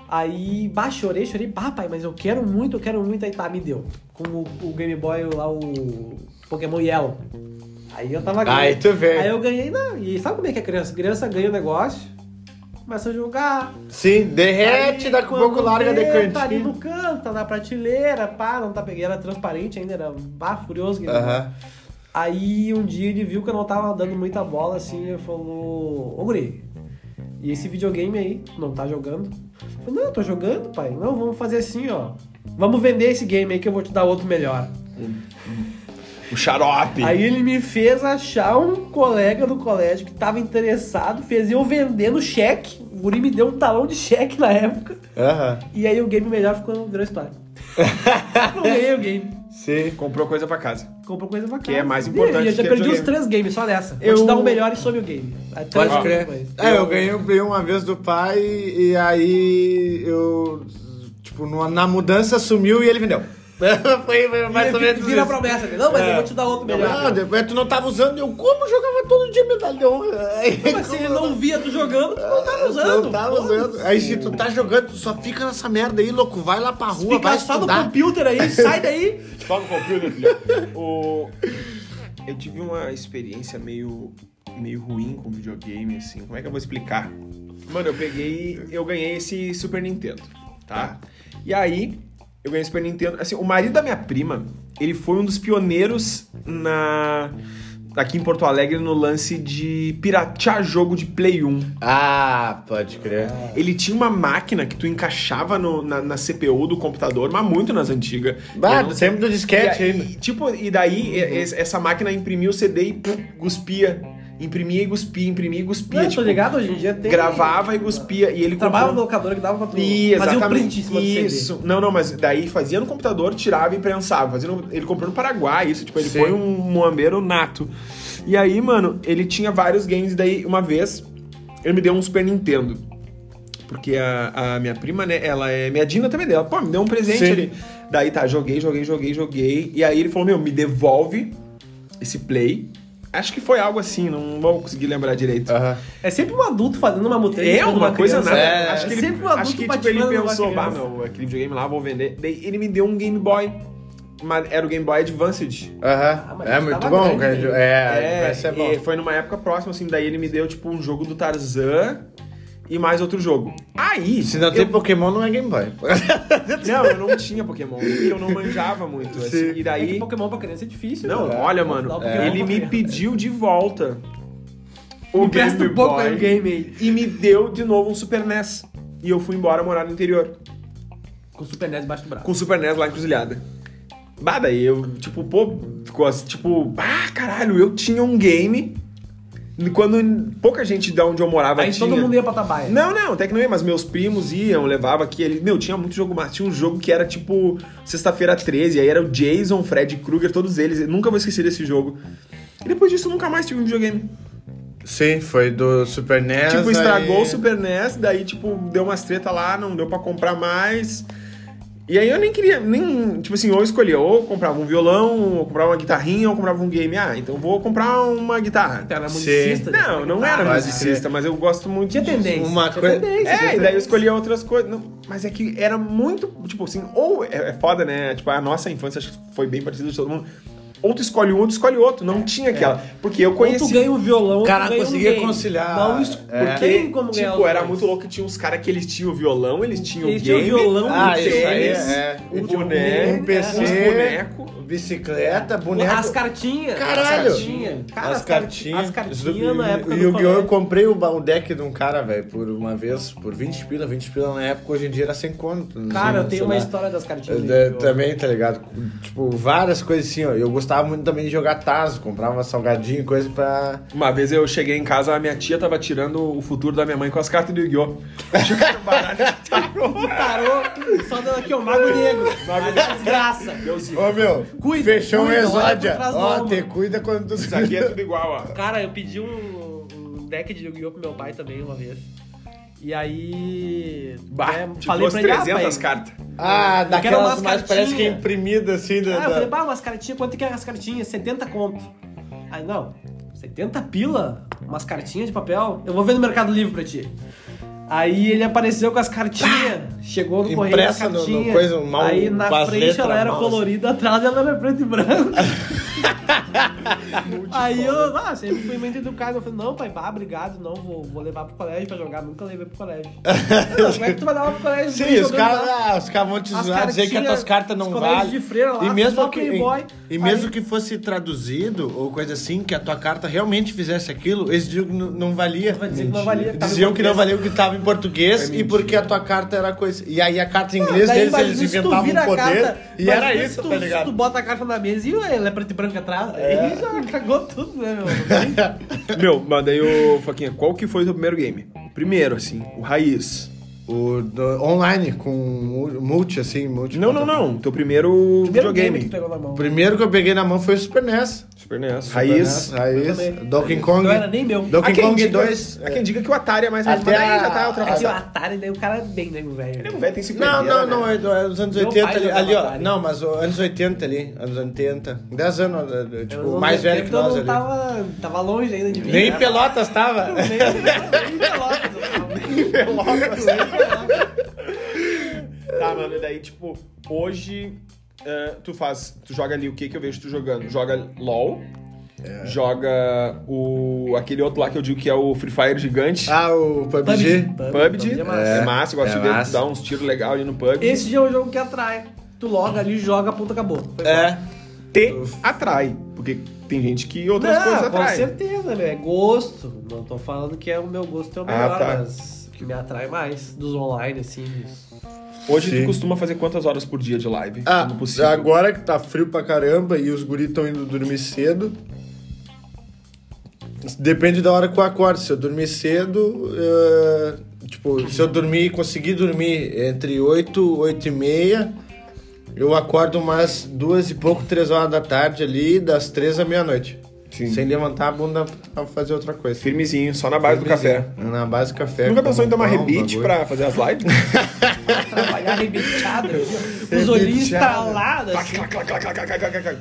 Speaker 2: Aí, bah, chorei, chorei, pá, pai, mas eu quero muito, eu quero muito, aí tá, me deu. Com o, o Game Boy lá, o Pokémon Yellow. Aí eu tava
Speaker 3: Aí tu vê.
Speaker 2: Aí eu ganhei, não, e sabe como é que a criança? Criança ganha o negócio, começa a jogar,
Speaker 3: Sim, derrete,
Speaker 2: Aí,
Speaker 3: daqui a pouco
Speaker 2: quando
Speaker 3: larga
Speaker 2: vê,
Speaker 3: de
Speaker 2: Tá ali no
Speaker 3: cantinho.
Speaker 2: canto, tá na prateleira, pá, não tá pegando. Era transparente ainda, era bah, furioso. que ele
Speaker 3: Aham.
Speaker 2: Aí um dia ele viu que eu não tava dando muita bola, assim, e falou: Ô Guri, e esse videogame aí, tu não tá jogando? Eu falei, não, eu tô jogando, pai. Não, vamos fazer assim, ó. Vamos vender esse game aí que eu vou te dar outro melhor.
Speaker 1: O xarope.
Speaker 2: Aí ele me fez achar um colega do colégio que tava interessado, fez eu vender no cheque. O Guri me deu um talão de cheque na época.
Speaker 3: Aham.
Speaker 2: E aí o game melhor ficou virou história. não ganhei o game.
Speaker 3: Sim.
Speaker 1: Comprou coisa pra casa.
Speaker 2: Comprou coisa bacana.
Speaker 1: Que é mais importante
Speaker 2: Eu já
Speaker 1: que
Speaker 2: perdi
Speaker 1: videogame.
Speaker 2: os três games só nessa.
Speaker 3: Eu-
Speaker 2: Vou te dar o melhor e sobre o game. Aí, três
Speaker 1: Pode
Speaker 2: games
Speaker 1: crer.
Speaker 2: depois.
Speaker 3: É, eu ganhei, eu ganhei uma vez do pai e aí eu. Tipo, numa- na mudança sumiu e ele vendeu. foi, foi mais
Speaker 2: Vira-
Speaker 3: ou menos
Speaker 2: Vira um
Speaker 3: isso.
Speaker 2: promessa. Não, mas
Speaker 1: É.
Speaker 2: eu vou te dar outro melhor.
Speaker 3: Ah, depois tu não tava usando, eu como jogava todo dia medalha de honra. Aí,
Speaker 2: Não, mas se assim, ele não via tu jogando, tu não tava usando. assim?
Speaker 3: Não
Speaker 1: tá
Speaker 3: tava
Speaker 2: Foda-se.
Speaker 3: usando. Aí se tu tá jogando, tu só fica nessa merda aí, louco. Vai lá pra rua,
Speaker 2: Fica
Speaker 3: vai
Speaker 2: só no
Speaker 3: estudar.
Speaker 2: computer aí, sai daí.
Speaker 1: Fala no computer, filho. O... Eu tive uma experiência meio, meio ruim com videogame, assim. Como é que eu vou explicar? Mano, eu peguei. Eu ganhei esse Super Nintendo, tá? E aí, eu ganhei o Super Nintendo. Assim, o marido da minha prima, ele foi um dos pioneiros na. Aqui em Porto Alegre, no lance de piratear jogo de Play 1.
Speaker 3: Ah, pode crer.
Speaker 1: Ele tinha uma máquina que tu encaixava no- na, na CPU do computador, mas muito nas antigas. Eu
Speaker 3: Bah,
Speaker 1: não
Speaker 3: sempre do disquete
Speaker 1: e, aí-
Speaker 3: ainda.
Speaker 1: e, tipo, e daí e-
Speaker 2: Uhum.
Speaker 1: e- essa máquina imprimia o CD e pum, cuspia. Imprimia e cuspia, imprimia e cuspia.
Speaker 2: Não,
Speaker 1: tipo,
Speaker 2: tô ligado, hoje em dia tem...
Speaker 1: Gravava e cuspia. E ele
Speaker 2: Trabalhava na
Speaker 1: comprou-
Speaker 2: locadora que dava pra tu
Speaker 1: Ih,
Speaker 2: fazer o
Speaker 1: exatamente.
Speaker 2: print em cima do CD.
Speaker 1: isso. Não, não, mas daí fazia no computador, tirava e prensava. Fazia no- Ele comprou no Paraguai, isso. Tipo, ele
Speaker 3: Sim.
Speaker 1: foi um moambeiro nato. E aí, mano, ele tinha vários games. e Daí, uma vez, ele me deu um Super Nintendo. Porque a, a minha prima, né, ela é... Minha Dina também dela. Pô, me deu um presente
Speaker 3: Sim.
Speaker 1: ali. Daí, tá, joguei, joguei, joguei, joguei. E aí ele falou, meu, me devolve esse play. Acho que foi algo assim, não vou conseguir lembrar direito.
Speaker 3: Aham.
Speaker 2: É sempre um adulto fazendo uma mutante.
Speaker 1: É uma coisa nada.
Speaker 3: É.
Speaker 1: Acho que ele,
Speaker 2: Sempre um adulto
Speaker 1: acho que, tipo,
Speaker 2: patinando
Speaker 1: ele
Speaker 2: numa
Speaker 1: pensou,
Speaker 2: criança.
Speaker 1: bah, meu, aquele videogame lá, vou vender. Daí ele me deu um Game Boy. Mas era o Game Boy Advanced.
Speaker 3: Aham.
Speaker 2: Ah, mas
Speaker 3: é
Speaker 2: isso
Speaker 3: muito
Speaker 2: tava
Speaker 3: bom,
Speaker 2: grande,
Speaker 3: cara.
Speaker 2: hein?
Speaker 3: É, vai ser bom.
Speaker 1: e foi numa época próxima, assim, daí ele me deu, tipo, um jogo do Tarzan e mais outro jogo. Aí.
Speaker 3: Se não
Speaker 1: eu-
Speaker 3: tem Pokémon, não é Game Boy.
Speaker 1: Não, eu não tinha Pokémon. E eu não manjava muito. assim. e
Speaker 2: É que
Speaker 1: daí.
Speaker 2: Pokémon pra criança é difícil.
Speaker 1: Não,
Speaker 2: né?
Speaker 1: olha,
Speaker 2: Dá um
Speaker 1: mano,
Speaker 2: Pokémon pra
Speaker 1: ele me
Speaker 2: criança.
Speaker 1: pediu de volta o
Speaker 2: Empresta
Speaker 1: Game
Speaker 2: um pouco aí
Speaker 1: Boy
Speaker 2: o game aí.
Speaker 1: e me deu de novo um Super NES. E eu fui embora morar no interior.
Speaker 2: Com o Super NES debaixo do braço.
Speaker 1: com o Super NES lá em Cruzilhada. Bah, daí eu, tipo, pô, ficou assim, tipo, ah, caralho, eu tinha um game Quando pouca gente da onde eu morava
Speaker 2: Aí
Speaker 1: tinha.
Speaker 2: todo mundo ia pra Tabaia.
Speaker 1: Não, não, até que não ia, mas meus primos iam, levava aqui ali. Meu, tinha muito jogo, mas tinha um jogo que era tipo sexta-feira 13, aí era o Jason, Fred Krueger, todos eles. Eu nunca vou esquecer desse jogo. E depois disso eu nunca mais tive um videogame.
Speaker 3: Sim, foi do Super NES.
Speaker 1: tipo, estragou
Speaker 3: aí-
Speaker 1: o Super NES, daí tipo deu umas treta lá, não deu pra comprar mais. E aí eu nem queria, nem, tipo assim, ou escolhia, ou comprava um violão, ou comprava uma guitarrinha, ou comprava um game. Ah, então vou comprar uma guitarra.
Speaker 2: Então Era
Speaker 3: Sim.
Speaker 2: musicista. né?
Speaker 1: Não, não era
Speaker 3: Pode
Speaker 1: musicista, mas eu gosto muito
Speaker 2: Tinha
Speaker 1: de-
Speaker 2: tendência.
Speaker 3: Uma
Speaker 2: tinha
Speaker 3: coisa-
Speaker 2: tendência,
Speaker 1: É, e
Speaker 2: né? tinha
Speaker 1: daí eu
Speaker 2: tendência.
Speaker 1: escolhia outras coisas. Não, Mas é que era muito, tipo assim, ou é, é foda, né? Tipo, a nossa infância acho que foi bem parecida de todo mundo. Ou tu escolhe um, ou tu escolhe outro. Não
Speaker 2: É.
Speaker 1: tinha aquela. Porque eu
Speaker 2: Ou tu
Speaker 1: conheci.
Speaker 2: ganha um violão, ou
Speaker 3: Cara,
Speaker 2: tu ganha um
Speaker 3: conseguia
Speaker 2: game.
Speaker 3: conciliar.
Speaker 2: Não, isso,
Speaker 3: É.
Speaker 2: porque tem como ganhar
Speaker 1: tipo,
Speaker 2: os
Speaker 1: era
Speaker 2: dois.
Speaker 1: muito louco que tinha uns caras que eles tinham o violão, eles tinham
Speaker 2: Eles
Speaker 1: o
Speaker 2: tinham
Speaker 1: game.
Speaker 2: o violão,
Speaker 1: ah,
Speaker 3: Ah,
Speaker 2: o
Speaker 1: isso
Speaker 3: isso aí
Speaker 2: tênis,
Speaker 3: é.
Speaker 1: o
Speaker 3: Um
Speaker 1: boné,
Speaker 3: boneco, um PC,
Speaker 1: uns boneco.
Speaker 3: bicicleta, boneco.
Speaker 2: é. As cartinhas.
Speaker 3: Caralho.
Speaker 2: As cartinhas. Cara,
Speaker 3: as cartinhas.
Speaker 2: As cartinhas na época
Speaker 3: E
Speaker 2: do
Speaker 3: o Yu-Gi-Oh! eu
Speaker 2: colégio.
Speaker 3: comprei o ba- o deck de um cara, velho, por uma vez, por 20 pila, 20 pila na época, hoje em dia era sem conto. não
Speaker 2: Cara,
Speaker 3: sei,
Speaker 2: eu tenho
Speaker 3: sei
Speaker 2: uma
Speaker 3: lá.
Speaker 2: história das cartinhas.
Speaker 3: Eu,
Speaker 2: do
Speaker 3: eh,
Speaker 2: Yu-Gi-Oh!
Speaker 3: também, tá ligado? Tipo, várias coisas assim, ó. Eu gostava muito também de jogar Tazo, comprava salgadinho, coisa pra.
Speaker 1: Uma vez eu cheguei em casa, a minha tia tava tirando o futuro da minha mãe com as cartas do Yu-Gi-Oh! Jogando baralho de tarô.
Speaker 2: Tarô, só dando aqui, ó, Mago Negro.
Speaker 1: Mago
Speaker 2: Mago
Speaker 1: Negro.
Speaker 2: Desgraça.
Speaker 1: Deu sim.
Speaker 3: Ô meu,
Speaker 2: Cuida,
Speaker 3: fechou
Speaker 2: cuida,
Speaker 3: um
Speaker 2: olha por
Speaker 3: exódia.
Speaker 2: trás da
Speaker 3: Ó,
Speaker 2: alma.
Speaker 3: te cuida quando tu
Speaker 1: Isso aqui é tudo igual, ó.
Speaker 2: Cara, eu pedi um, um deck de Yu-Gi-Oh! pro meu pai também uma vez. E aí.
Speaker 1: Bah,
Speaker 2: né,
Speaker 1: te trouxe
Speaker 2: ele, ah,
Speaker 1: 300
Speaker 2: pai,
Speaker 1: cartas.
Speaker 3: Ah,
Speaker 2: quero
Speaker 3: daquelas
Speaker 2: umas
Speaker 3: mais parece que é
Speaker 2: cartinhas.
Speaker 3: imprimida assim. Da,
Speaker 2: Ah, eu
Speaker 3: da-
Speaker 2: falei, bah, umas cartinhas, quanto que é as cartinhas? 70 conto. Aí, não, 70 pila? Umas cartinhas de papel? Eu vou ver no Mercado Livre pra ti. Aí ele apareceu com as cartinhas, chegou no correio as
Speaker 3: Impressa no- no
Speaker 2: cartinhas.
Speaker 3: coisa, mal-
Speaker 2: aí
Speaker 3: com
Speaker 2: na
Speaker 3: as
Speaker 2: frente
Speaker 3: letras
Speaker 2: ela era
Speaker 3: mal, assim.
Speaker 2: colorida, atrás ela era preto e branco. aí eu, ah, sempre fui muito educado. Eu falei, não, pai, bah, obrigado, não, vou, vou levar pro colégio pra jogar. Nunca levei pro colégio. Não, como é que tu vai levar pro colégio?
Speaker 3: Sim,
Speaker 2: jogando
Speaker 3: os caras
Speaker 2: lá?
Speaker 3: ah, os caras vão te
Speaker 2: As
Speaker 3: zoar, dizer que as
Speaker 2: cartinhas,
Speaker 3: tuas cartas não
Speaker 2: os colégios
Speaker 3: valem.
Speaker 2: de freira lá,
Speaker 3: e mesmo
Speaker 2: só
Speaker 3: que
Speaker 2: playboy,
Speaker 3: e, e mesmo
Speaker 2: aí-
Speaker 3: que fosse traduzido ou coisa assim, que a tua carta realmente fizesse aquilo, eles diziam que não, não valia.
Speaker 2: Vai dizer que não valia, tava em
Speaker 3: Diziam que não
Speaker 2: português.
Speaker 3: valia o que estava em português
Speaker 1: É
Speaker 3: e porque a tua carta era coisa. E aí a carta em inglês
Speaker 2: Daí,
Speaker 3: deles
Speaker 2: mas
Speaker 3: eles
Speaker 2: se tu
Speaker 3: inventavam
Speaker 2: vira
Speaker 3: um
Speaker 2: a
Speaker 3: poder
Speaker 2: carta-
Speaker 3: e
Speaker 2: mas
Speaker 3: era
Speaker 2: se
Speaker 3: isso,
Speaker 2: tu,
Speaker 3: tá
Speaker 2: Se tu
Speaker 3: ligado? É.
Speaker 2: bota a carta na mesa e ela é preto e branco atrás, aí já cagou tudo, né, meu?
Speaker 1: Meu, mas daí, ô, Foquinha, qual que foi o teu primeiro game? Primeiro, assim, o raiz.
Speaker 3: O, do- online com mu- multi assim, multi.
Speaker 1: Não, não, não. Teu primeiro,
Speaker 2: Primeiro game
Speaker 1: videogame.
Speaker 2: que tu pegou na mão.
Speaker 3: O primeiro que eu peguei na mão foi o Super NES.
Speaker 1: Super NES.
Speaker 3: Super
Speaker 1: Raiz.
Speaker 3: NES, Raiz,
Speaker 2: também.
Speaker 3: Donkey Kong.
Speaker 2: Não era nem meu. Ah,
Speaker 1: Há
Speaker 3: Donkey
Speaker 1: quem
Speaker 3: Kong
Speaker 1: diga-
Speaker 3: 2.
Speaker 1: Há quem diga que o Atari é mais
Speaker 3: Até
Speaker 1: velho. Mas daí já
Speaker 3: a-
Speaker 1: tá
Speaker 2: É que o
Speaker 1: ultrapassado.
Speaker 2: Atari, daí o cara é bem nego velho.
Speaker 1: Ele é um velho, tem 50
Speaker 3: Não, não, não,
Speaker 1: né?
Speaker 3: é do- é dos anos
Speaker 2: Meu
Speaker 3: 80
Speaker 2: pai
Speaker 3: ali,
Speaker 2: jogava
Speaker 3: ali, ó.
Speaker 2: Atari.
Speaker 3: Não, mas ó, anos 80 ali, anos 80. 10 anos, eh, eh,
Speaker 2: Eu
Speaker 3: tipo,
Speaker 2: não-
Speaker 3: mais velho que
Speaker 2: então
Speaker 3: nós
Speaker 2: não
Speaker 3: ali.
Speaker 2: Tava, tava longe ainda de mim.
Speaker 3: Nem
Speaker 2: né?
Speaker 3: Pelotas tava.
Speaker 2: Nem- nem Pelotas, eu tava. Nem Pelotas.
Speaker 1: Tá, mano, e daí, tipo, hoje eh, tu faz. Tu joga ali o que que eu vejo tu jogando? Joga LOL. Joga o. aquele outro lá que eu digo que é o Free Fire gigante.
Speaker 3: Ah, o PUBG.
Speaker 1: PUBG.
Speaker 2: é massa.
Speaker 1: É massa, eu gosto
Speaker 3: É
Speaker 1: de ver tu
Speaker 3: massa.
Speaker 1: dar uns tiros legais ali no PUBG.
Speaker 2: Esse já é o jogo que atrai. Tu loga ali, joga, ponto, acabou. Foi
Speaker 3: É.
Speaker 2: embora.
Speaker 1: te atrai. Porque tem gente que outras
Speaker 2: não,
Speaker 1: coisas
Speaker 2: com
Speaker 1: atraem.
Speaker 2: certeza, meu. É gosto. Não tô falando que é o meu gosto é o
Speaker 1: Ah,
Speaker 2: melhor,
Speaker 1: tá.
Speaker 2: mas o que me atrai mais dos online, assim. dos-
Speaker 1: Hoje tu
Speaker 3: Sim.
Speaker 1: costuma fazer quantas horas por dia de live?
Speaker 3: Ah,
Speaker 1: Quando possível.
Speaker 3: agora que tá frio pra caramba e os guris estão indo dormir cedo. Depende da hora que eu acordo. Se eu dormir cedo, eh, tipo, se eu dormir, conseguir dormir entre 8 8 e meia, eu acordo umas duas e pouco, três horas da tarde ali, das três à meia-noite.
Speaker 1: Sim.
Speaker 3: Sem levantar a bunda pra fazer outra coisa.
Speaker 1: Firmezinho, só na base do café.
Speaker 3: Na base do café.
Speaker 1: Nunca
Speaker 3: com
Speaker 1: pensou em tomar
Speaker 3: pão,
Speaker 1: rebite
Speaker 3: tá bagulho.
Speaker 1: pra fazer as lives?
Speaker 2: Trabalhar arrebentado. os olhinhos estalados.
Speaker 1: Clac,
Speaker 2: Assim.
Speaker 1: clac, clac, clac, clac, clac, clac, clac.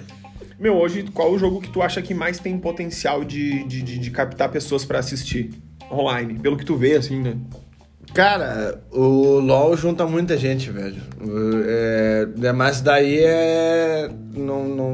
Speaker 1: Meu, hoje, qual o jogo que tu acha que mais tem potencial de, de, de- de captar pessoas pra assistir online? Pelo que tu vê, assim, né?
Speaker 3: Cara, o LoL junta muita gente, velho. O- É, mas daí é. Não, não-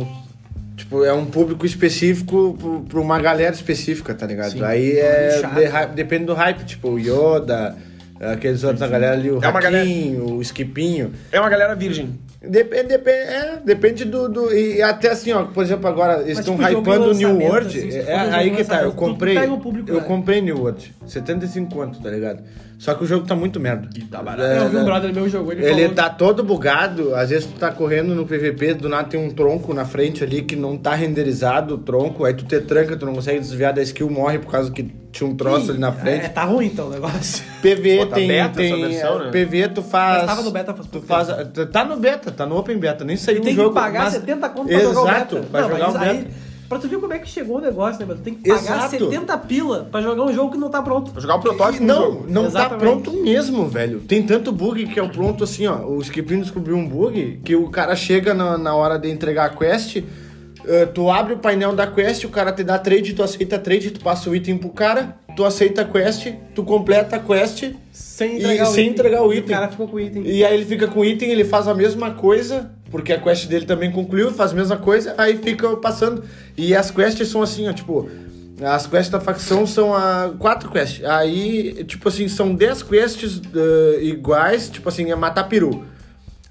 Speaker 3: tipo, é um público específico pro- pra uma galera específica, tá ligado?
Speaker 1: Sim.
Speaker 3: Aí
Speaker 2: É
Speaker 3: é.
Speaker 2: nichado.
Speaker 3: de- depende do hype, tipo, o Yoda. Aqueles outros, a galera ali, o
Speaker 1: É uma galera-
Speaker 3: Raquinho, o Esquipinho.
Speaker 1: É uma galera virgem.
Speaker 3: Depende, depende, é, depende do, do- E e até assim, ó, por exemplo, agora eles estão
Speaker 2: tipo, jogo
Speaker 3: hypando o New
Speaker 2: lançamento,
Speaker 3: World.
Speaker 2: assim, se tu
Speaker 3: é,
Speaker 2: for jogo
Speaker 3: aí que tá, eu
Speaker 2: lançamento, tu
Speaker 3: comprei.
Speaker 2: pega o público,
Speaker 3: eu
Speaker 2: né?
Speaker 3: comprei New World. 75 conto, tá ligado? Só que o jogo tá muito merda. E tá barato.
Speaker 2: Eu vi um brother meu jogou, ele,
Speaker 3: Ele
Speaker 2: falou
Speaker 3: tá todo bugado, às vezes tu tá correndo no PVP, do nada tem um tronco na frente ali que não tá renderizado o tronco, aí tu te tranca, tu não consegue desviar da skill, morre por causa que tinha um troço ali na
Speaker 2: É,
Speaker 3: frente.
Speaker 2: tá ruim então o negócio.
Speaker 3: PVE
Speaker 1: Pô, tá
Speaker 3: tem.
Speaker 1: beta
Speaker 3: tem
Speaker 1: essa versão,
Speaker 3: é,
Speaker 1: né?
Speaker 3: PVE tu faz.
Speaker 2: Mas tava no beta faz
Speaker 3: tu
Speaker 2: pouco
Speaker 3: faz Tá no beta, tá no open beta, nem saiu
Speaker 2: E
Speaker 3: o
Speaker 2: tem
Speaker 3: jogo.
Speaker 2: que pagar
Speaker 3: mas-
Speaker 2: 70 conto pra
Speaker 3: Exato,
Speaker 2: jogar o beta.
Speaker 3: pra
Speaker 2: não,
Speaker 3: jogar
Speaker 2: mas
Speaker 3: o
Speaker 2: aí,
Speaker 3: beta.
Speaker 2: pra tu ver como é que chegou o negócio, né, mano? Tu tem que pagar
Speaker 3: Exato.
Speaker 2: 70 pila pra jogar um jogo que não tá pronto.
Speaker 1: Vou jogar o protótipo do
Speaker 3: E não,
Speaker 1: jogo.
Speaker 3: não tá
Speaker 2: Exatamente.
Speaker 3: pronto mesmo, velho. Tem tanto bug que é o pronto assim, ó. O Skipinho descobriu um bug que o cara chega na, na hora de entregar a quest. eh, tu abre o painel da quest, o cara te dá trade, tu aceita trade, tu passa o item pro cara, tu aceita a quest, tu completa a quest
Speaker 2: Sem
Speaker 3: e, sem entregar o
Speaker 2: E
Speaker 3: item.
Speaker 2: O cara ficou com o item.
Speaker 3: E aí ele fica com o item, ele faz a mesma coisa, porque a quest dele também concluiu, faz a mesma coisa, aí fica passando. E as quests são assim, ó, tipo. As quests da facção são a quatro quests. Aí, tipo assim, são 10 quests eh, iguais, tipo assim, é matar peru.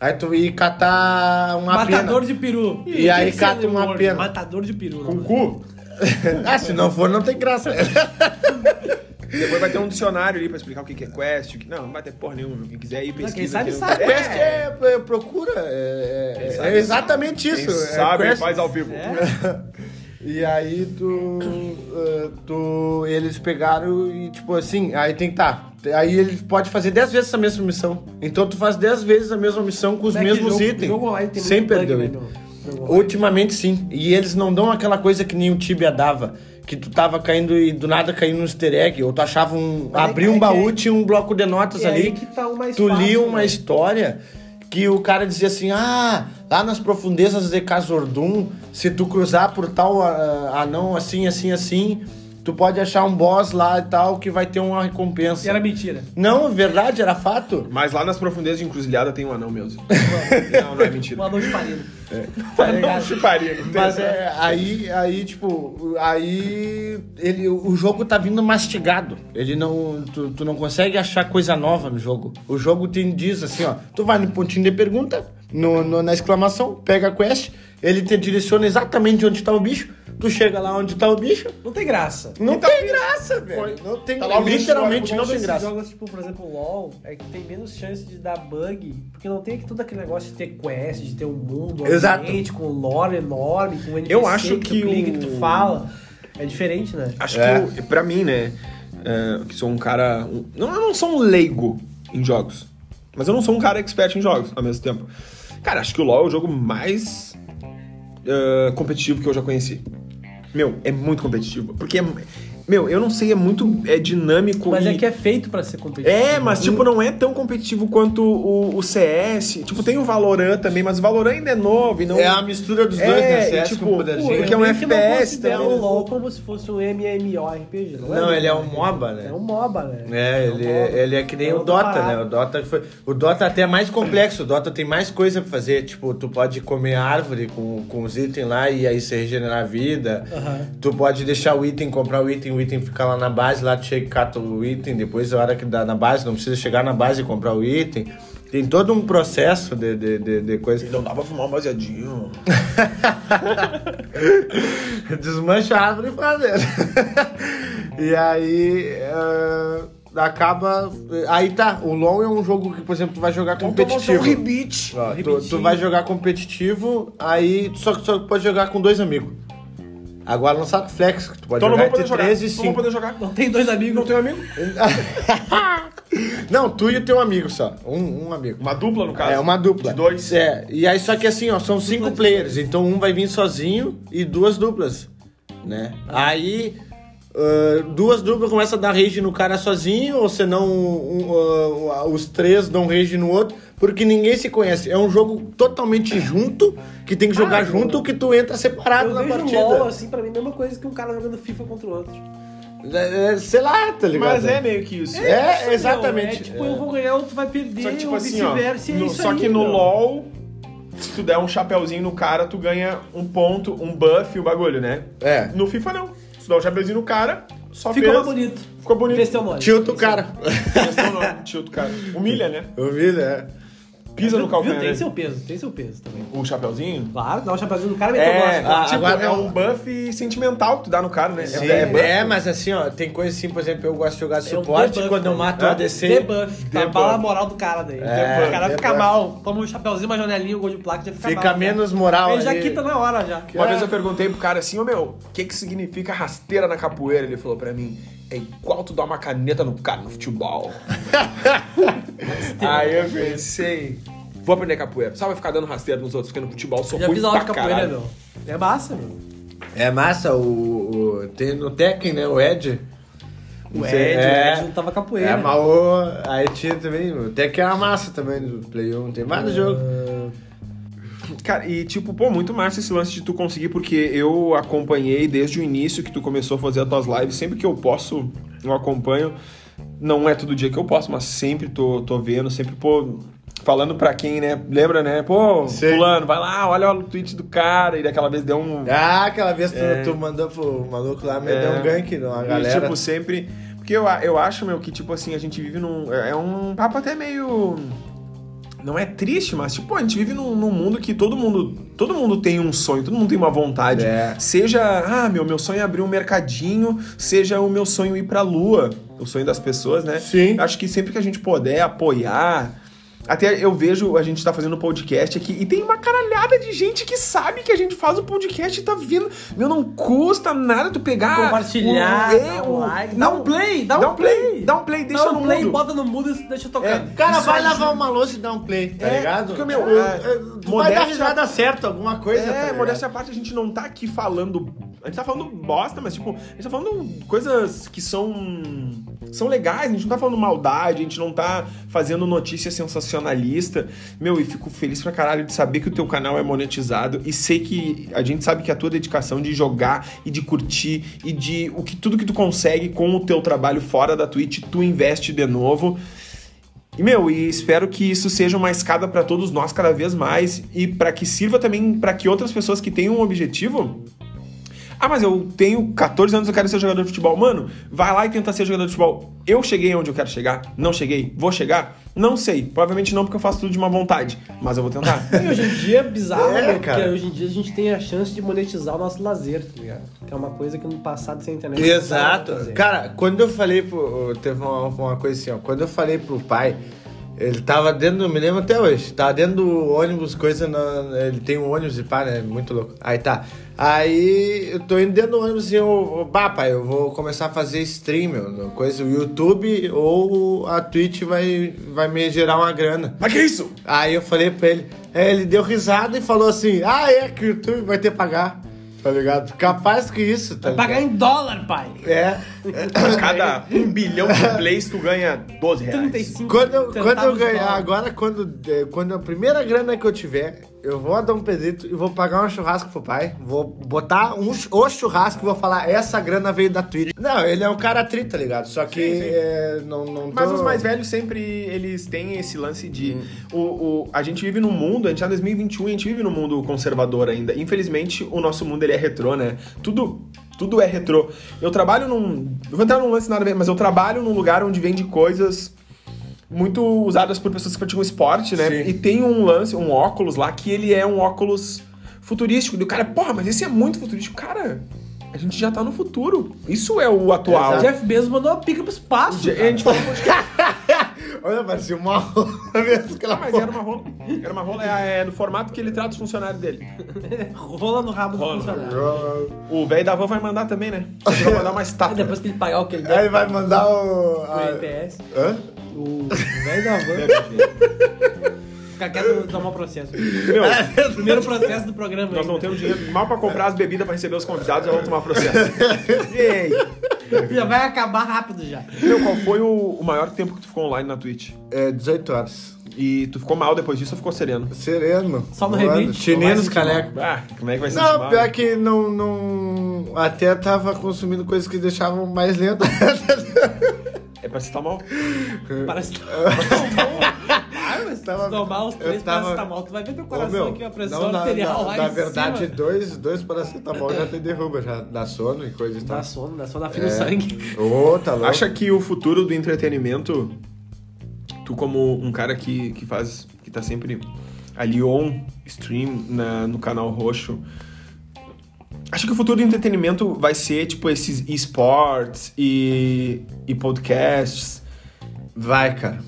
Speaker 3: Aí tu ir catar uma
Speaker 2: Matador
Speaker 3: pena.
Speaker 2: de peru.
Speaker 3: E aí
Speaker 2: tem que
Speaker 3: cata
Speaker 2: ser
Speaker 3: uma
Speaker 2: morto.
Speaker 3: pena.
Speaker 2: Matador de peru.
Speaker 3: Com
Speaker 2: não,
Speaker 3: o cu? ah, se não for, não tem graça.
Speaker 1: Depois vai ter um dicionário ali pra explicar o que que é quest. o que- Não, não vai ter porra nenhuma. Quem quiser ir pesquisa.
Speaker 2: quem sabe,
Speaker 1: aqui no-
Speaker 2: sabe.
Speaker 1: É,
Speaker 3: quest é, é procura. É, é- é exatamente isso.
Speaker 1: Quem
Speaker 3: é
Speaker 1: sabe
Speaker 3: quest.
Speaker 1: faz ao vivo.
Speaker 2: É.
Speaker 3: E aí tu, eh, tu. Eles pegaram e, tipo assim, aí tem que tá. Aí ele pode fazer 10 vezes essa mesma missão. Então tu faz 10 vezes a mesma missão com os
Speaker 2: Como é que
Speaker 3: mesmos
Speaker 2: jogo-
Speaker 3: itens.
Speaker 2: jogo online tem
Speaker 3: sem
Speaker 2: muito bug,
Speaker 3: perder o
Speaker 2: né,
Speaker 3: item.
Speaker 2: meu? Jogo online.
Speaker 3: Ultimamente sim. E eles não dão aquela coisa que nem o Tibia dava. Que tu tava caindo e do nada caindo no easter egg. Ou tu achava um.
Speaker 2: Mas é
Speaker 3: abriu
Speaker 2: que-
Speaker 3: um
Speaker 2: é que-
Speaker 3: baú, tinha um bloco de notas
Speaker 2: É
Speaker 3: ali.
Speaker 2: aí que tá o mais
Speaker 3: tu lia
Speaker 2: fácil,
Speaker 3: uma
Speaker 2: né?
Speaker 3: história que o cara dizia assim: ah, lá nas profundezas de Casordum, se tu cruzar por tal ah, anão assim, assim, assim, tu pode achar um boss lá e tal que vai ter uma recompensa.
Speaker 2: E era mentira.
Speaker 3: Não, verdade, era fato.
Speaker 1: Mas lá nas profundezas de encruzilhada tem um anão mesmo. não, não é
Speaker 2: Um
Speaker 1: mentira.
Speaker 2: anão de palino.
Speaker 3: É.
Speaker 2: Tá
Speaker 1: Não,
Speaker 2: ligado?
Speaker 1: chuparia. não tem.
Speaker 3: Mas é, aí, aí, tipo, aí ele, o jogo tá vindo mastigado. Ele não. Tu, tu não consegue achar coisa nova no jogo. O jogo te diz assim, ó. Tu vai no pontinho de pergunta, no, no- na exclamação, pega a quest, ele te direciona exatamente onde tá o bicho, tu chega lá onde tá o bicho.
Speaker 2: Não tem graça.
Speaker 3: Não tem graça, velho. Então, Não tem
Speaker 1: Tá lá o bicho,
Speaker 3: Literalmente
Speaker 1: lá,
Speaker 3: não
Speaker 1: como
Speaker 3: tem
Speaker 1: esses
Speaker 3: graça.
Speaker 2: jogos, tipo, por exemplo, LOL, é que tem menos chance de dar bug, porque não tem aqui todo aquele negócio de ter quest, de ter um mundo
Speaker 3: Exato.
Speaker 2: ambiente, com lore enorme, com NPC
Speaker 1: Eu acho que
Speaker 2: tu clica,
Speaker 1: o-
Speaker 2: que tu fala. É diferente, né?
Speaker 1: Acho
Speaker 3: É.
Speaker 1: que eu, pra mim, né? é, que sou um cara. um- não, eu não sou um leigo em jogos. Mas eu não sou um cara expert em jogos ao mesmo tempo. Cara, acho que o LoL é o jogo mais é, competitivo que eu já conheci. Meu, é muito competitivo. Porque é. Meu, eu não sei, é muito. É dinâmico.
Speaker 2: Mas
Speaker 1: e-
Speaker 2: é que é feito pra ser competitivo.
Speaker 1: É, mas tipo, não é tão competitivo quanto o, o CS. Tipo, tem o Valorant também, mas o Valorant ainda é novo e não.
Speaker 3: É a mistura dos
Speaker 1: É,
Speaker 3: dois, né?
Speaker 1: e,
Speaker 3: CS
Speaker 1: tipo,
Speaker 3: com
Speaker 2: Pô,
Speaker 1: Sim,
Speaker 3: poderzinho.
Speaker 2: eu
Speaker 1: porque é um
Speaker 2: meio que não
Speaker 1: FPS
Speaker 2: considero
Speaker 1: também,
Speaker 2: o
Speaker 1: né?
Speaker 2: LOL como se fosse um MMORPG, não é?
Speaker 3: então Não, ele é um MOBA, né?
Speaker 2: É um MOBA, né?
Speaker 3: É,
Speaker 2: um
Speaker 3: ele,
Speaker 2: MOBA.
Speaker 3: ele é que nem
Speaker 2: É
Speaker 3: o
Speaker 2: outra
Speaker 3: Dota,
Speaker 2: parada.
Speaker 3: né? O Dota foi. O Dota até é mais complexo, o Dota tem mais coisa pra fazer. Tipo, tu pode comer árvore com, com os itens lá e aí se regenerar a vida.
Speaker 2: Aham.
Speaker 3: Tu pode deixar o item, comprar o item, o item ficar lá na base, lá tu chega e cata o item, depois a hora que dá na base, não precisa chegar na base e comprar o item. Tem todo um processo de, de, de, de coisa.
Speaker 1: Não dá pra fumar um baseadinho.
Speaker 3: Desmancha a árvore e faz ele. e aí. eh, acaba. Aí tá, o LoL é um jogo que, por exemplo, tu vai jogar
Speaker 1: Então um
Speaker 3: competitivo.
Speaker 1: rebite.
Speaker 3: Ó, tu,
Speaker 2: Repetir.
Speaker 3: tu vai jogar competitivo, aí tu só, só pode jogar com dois amigos. Agora no Saco Flex, que tu pode
Speaker 1: Então não
Speaker 3: jogar
Speaker 1: vou poder
Speaker 3: entre
Speaker 1: jogar.
Speaker 3: 13 e
Speaker 1: Não vou
Speaker 3: 5.
Speaker 1: poder jogar.
Speaker 2: Não tem dois amigos, não tem um amigo?
Speaker 3: Não, tu e o teu amigo só. Um, um amigo.
Speaker 1: Uma dupla, no caso.
Speaker 3: É uma dupla.
Speaker 1: De dois.
Speaker 3: É, e aí só que assim, ó, são cinco
Speaker 2: de
Speaker 3: players, então um vai vir sozinho e duas duplas, né? Aí ah, duas duplas começam a dar rage no cara sozinho, ou senão um, um, ah, os três dão rage no outro, porque ninguém se conhece. É um jogo totalmente junto, que tem que jogar
Speaker 2: Ah,
Speaker 3: junto, que tu entra separado
Speaker 2: Eu
Speaker 3: na
Speaker 2: vejo
Speaker 3: partida.
Speaker 2: LOL, assim, pra mim, a mesma coisa que um cara jogando FIFA contra o outro. assim.
Speaker 3: É, é, sei lá, tá ligado?
Speaker 1: Mas é meio que isso.
Speaker 3: É,
Speaker 2: Isso, meu,
Speaker 3: exatamente.
Speaker 2: É, tipo, eu vou ganhar, outro vai perder,
Speaker 1: Só que, tipo
Speaker 2: ou
Speaker 1: assim, ó.
Speaker 2: vice-versa, e é
Speaker 1: no-
Speaker 2: isso
Speaker 1: só
Speaker 2: aí,
Speaker 1: que no
Speaker 2: meu.
Speaker 1: LoL, se tu der um chapeuzinho no cara, tu ganha um ponto, um buff e o bagulho, né?
Speaker 3: É.
Speaker 1: No FIFA, não. Se tu dá um chapeuzinho no cara, Só
Speaker 2: Ficou
Speaker 1: fez,
Speaker 2: mais bonito.
Speaker 1: Ficou bonito.
Speaker 2: Fez teu nome.
Speaker 3: Tio do cara.
Speaker 1: Fez teu nome, tio do cara. Humilha, né?
Speaker 3: Humilha, é.
Speaker 1: Pisa no
Speaker 2: Viu?
Speaker 1: calcanhar.
Speaker 2: Tem
Speaker 1: né?
Speaker 2: seu peso, tem seu peso também.
Speaker 1: O chapeuzinho?
Speaker 2: Claro, dá um chapéuzinho no cara e
Speaker 1: É,
Speaker 2: meteu o braço.
Speaker 3: ah,
Speaker 1: tipo,
Speaker 3: agora
Speaker 1: é
Speaker 3: não.
Speaker 1: um buff sentimental que tu dá no cara, né?
Speaker 3: Sim,
Speaker 1: é, buff.
Speaker 3: é, mas assim, ó, tem coisa assim, por exemplo, eu gosto de jogar
Speaker 2: É um
Speaker 3: suporte,
Speaker 2: debuff,
Speaker 3: quando eu
Speaker 2: né?
Speaker 3: mato o ADC,
Speaker 2: Debuff.
Speaker 1: Debuff.
Speaker 2: Tá a moral do cara daí.
Speaker 3: É,
Speaker 2: o cara fica
Speaker 3: debuff.
Speaker 2: mal. Toma um chapéuzinho, uma janelinha, um gol de placa, já fica,
Speaker 3: fica
Speaker 2: mal.
Speaker 3: menos moral
Speaker 2: Ele já
Speaker 3: ali.
Speaker 2: quita na hora já.
Speaker 1: Uma vez eu perguntei pro cara assim, ô meu, o que que significa rasteira na capoeira? Ele falou pra mim, é igual tu dar uma caneta no cara no futebol. Aí eu pensei, vou aprender capoeira. Só vai ficar dando rasteira nos outros, porque no futebol eu sou
Speaker 2: Já
Speaker 1: ruim
Speaker 2: fiz aula
Speaker 1: pra
Speaker 2: de capoeira,
Speaker 1: caralho.
Speaker 2: meu. É massa, meu.
Speaker 3: É massa, o, o- tem no Tekken, né, o Ed.
Speaker 2: O
Speaker 3: Não
Speaker 2: Ed,
Speaker 3: sei, é,
Speaker 2: o Ed um não tava capoeira.
Speaker 3: É, mas o, aí tinha também, o Tekken era massa também, do Play 1, tem
Speaker 2: É.
Speaker 3: vários jogos.
Speaker 1: Cara, e tipo, pô, muito massa esse lance de tu conseguir, porque eu acompanhei desde o início que tu começou a fazer as tuas lives. Sempre que eu posso, eu acompanho. Não é todo dia que eu posso, mas sempre tô, tô vendo, sempre, pô, falando pra quem, né? Lembra, né? Pô,
Speaker 3: Sim.
Speaker 1: fulano, vai lá, olha o tweet do cara. E daquela vez deu um.
Speaker 3: Ah, aquela vez tu,
Speaker 2: É.
Speaker 3: tu mandou pro maluco lá, me
Speaker 1: É.
Speaker 3: deu um gank na
Speaker 1: E,
Speaker 3: galera.
Speaker 1: tipo, sempre. Porque eu, a- eu acho, meu, que, tipo assim, a gente vive num. É é um papo até meio. Não é triste, mas, tipo, a gente vive num, num mundo que todo mundo. Todo mundo tem um sonho, todo mundo tem uma vontade.
Speaker 3: É.
Speaker 1: Seja, ah, meu, meu sonho é abrir um mercadinho, seja o meu sonho ir pra lua. O sonho das pessoas, né?
Speaker 3: Sim.
Speaker 1: Acho que sempre que a gente puder apoiar. Até eu vejo, a gente tá fazendo podcast aqui e tem uma caralhada de gente que sabe que a gente faz o podcast e tá vindo. Meu, não custa nada tu pegar.
Speaker 2: Compartilhar,
Speaker 1: o-
Speaker 2: dar
Speaker 1: é,
Speaker 2: um
Speaker 1: o-
Speaker 2: like,
Speaker 1: Dá um play, dá um play. Dá um play, deixa
Speaker 2: Dá um
Speaker 1: no
Speaker 2: play,
Speaker 1: mundo.
Speaker 2: bota no mudo e deixa eu tocar.
Speaker 3: É, o cara
Speaker 1: Isso
Speaker 3: vai
Speaker 1: ajuda.
Speaker 3: lavar uma louça e dar um play, tá
Speaker 1: É,
Speaker 3: ligado?
Speaker 1: porque, meu,
Speaker 3: Tipo,
Speaker 1: é,
Speaker 3: tu vai
Speaker 1: modéstia-
Speaker 3: dar risada certa, alguma coisa, tá
Speaker 1: É,
Speaker 3: ligado?
Speaker 1: modéstia à parte, a gente não tá aqui falando. A gente tá falando bosta, mas tipo, a gente tá falando coisas que são. são legais, a gente não tá falando maldade, a gente não tá fazendo notícia sensacionalista. Meu, e fico feliz pra caralho de saber que o teu canal é monetizado e sei que a gente sabe que a tua dedicação de jogar e de curtir e de o que tudo que tu consegue com o teu trabalho fora da Twitch, tu investe de novo. E, meu, e espero que isso seja uma escada pra todos nós cada vez mais e pra que sirva também pra que outras pessoas que tenham um objetivo. Ah, mas eu tenho 14 anos, eu quero ser jogador de futebol. Mano, vai lá e tenta ser jogador de futebol. Eu cheguei onde eu quero chegar? Não cheguei? Vou chegar? Não sei. Provavelmente não, porque eu faço tudo de uma vontade. Mas eu vou tentar.
Speaker 2: E hoje em dia é bizarro,
Speaker 3: É,
Speaker 2: né? porque
Speaker 3: cara.
Speaker 2: hoje em dia a gente tem a chance de monetizar o nosso lazer, tá ligado? Que é uma coisa que no passado sem internet. não
Speaker 3: Exato.
Speaker 2: dava pra fazer.
Speaker 3: Cara, quando eu falei pro. Teve uma, uma coisa assim, ó. Quando eu falei pro pai, ele tava dentro, do- me lembro até hoje, tava dentro do ônibus, coisa. na- ele tem um ônibus e pá, né? Muito louco. Aí tá. Aí eu tô indo dentro do ônibus e eu. Bah, pai, eu vou começar a fazer stream, meu. no- Coisa, o YouTube ou a Twitch vai, vai me gerar uma grana.
Speaker 1: mas que isso?
Speaker 3: Aí eu falei pra ele, é, ele deu risada e falou assim: ah, é que o YouTube vai ter que pagar. Tá ligado? Capaz que isso, tá
Speaker 2: Vai pagar
Speaker 3: ligado?
Speaker 2: em dólar, pai.
Speaker 3: É.
Speaker 1: Cada um bilhão de plays, tu ganha 12 reais.
Speaker 2: 35
Speaker 3: Quando eu,
Speaker 1: Então tá
Speaker 3: quando eu
Speaker 2: centavos de
Speaker 3: ganhar,
Speaker 2: dólar.
Speaker 3: agora, quando, eh, quando a primeira grana que eu tiver, eu vou dar um pedrito e vou pagar um churrasco pro pai. Vou botar um, chu- o churrasco e vou falar: essa grana veio da Twitch. Não, ele é um cara tri, tá ligado? Só que
Speaker 1: Sim, sim.
Speaker 3: eh, não, não
Speaker 1: Mas
Speaker 3: tô-
Speaker 1: os mais velhos sempre eles têm esse lance de. O, o- a gente vive num mundo, a gente tá em 2021 a gente vive num mundo conservador ainda. Infelizmente, o nosso mundo ele é retrô, né? Tudo. Tudo é retrô. Eu trabalho num. Eu vou entrar num lance nada a ver, mas eu trabalho num lugar onde vende coisas muito usadas por pessoas que praticam esporte, né?
Speaker 3: Sim.
Speaker 1: E tem um lance, um óculos lá, que ele é um óculos futurístico. E o cara, porra, mas esse é muito futurístico. Cara, a gente já tá no futuro. Isso é o atual.
Speaker 2: O Jeff Bezos mandou uma pica pro espaço.
Speaker 1: Já- a gente falou
Speaker 3: Olha, parecia uma rola mesmo que ela
Speaker 1: Ah, mas era uma rola. Era uma rola, é, é no formato que ele trata os funcionários dele.
Speaker 2: cara. Rola no rabo do
Speaker 1: Rola.
Speaker 2: funcionário.
Speaker 3: falou.
Speaker 1: O velho da van vai mandar também, né? Só que vai mandar uma
Speaker 2: Aí
Speaker 1: estátua.
Speaker 2: depois que ele pagar o que ele
Speaker 3: Aí
Speaker 2: deve
Speaker 3: vai mandar o.
Speaker 2: pro
Speaker 3: a-
Speaker 2: IPS,
Speaker 3: Hã?
Speaker 2: o velho da van fica quieto tomar processo.
Speaker 1: Meu,
Speaker 2: Primeiro processo do programa.
Speaker 1: nós não
Speaker 2: ainda.
Speaker 1: temos dinheiro mal pra comprar as bebidas pra receber os convidados, já vamos tomar processo. Ei!
Speaker 2: Já vai acabar rápido já.
Speaker 1: Meu, qual foi o, o maior tempo que tu ficou online na Twitch?
Speaker 3: É, 18 horas.
Speaker 1: E tu ficou mal depois disso ou ficou sereno?
Speaker 3: Sereno. um
Speaker 2: Só no
Speaker 3: voando.
Speaker 2: rebite?
Speaker 3: Chinês, caneco.
Speaker 1: Ah, como é que vai ser
Speaker 3: Não, pior que não, não. Até tava consumindo coisas que deixavam mais lento.
Speaker 1: É pra se estar mal.
Speaker 2: Parece que
Speaker 1: Ah,
Speaker 2: Vai, mas
Speaker 3: Tava-
Speaker 2: tá se tomar os
Speaker 3: eu
Speaker 2: três
Speaker 3: tava-
Speaker 2: paracetamol, tu vai ver teu
Speaker 3: Ô,
Speaker 2: coração
Speaker 3: meu,
Speaker 2: aqui, a pressão
Speaker 3: não, na-
Speaker 2: arterial
Speaker 3: na,
Speaker 2: lá
Speaker 3: na
Speaker 2: em
Speaker 3: verdade,
Speaker 2: cima. Tá
Speaker 3: dois, dois paracetamol já te derruba, já dá sono e coisa e tal.
Speaker 2: Dá sono, dá sono,
Speaker 3: É,
Speaker 2: afina o sangue.
Speaker 3: Ô, tá louco.
Speaker 1: Acha que o futuro do entretenimento, tu como um cara que, que faz, que tá sempre ali on stream na- no canal roxo, acha que o futuro do entretenimento vai ser tipo esses esportes e, e podcasts?
Speaker 3: Vai, cara.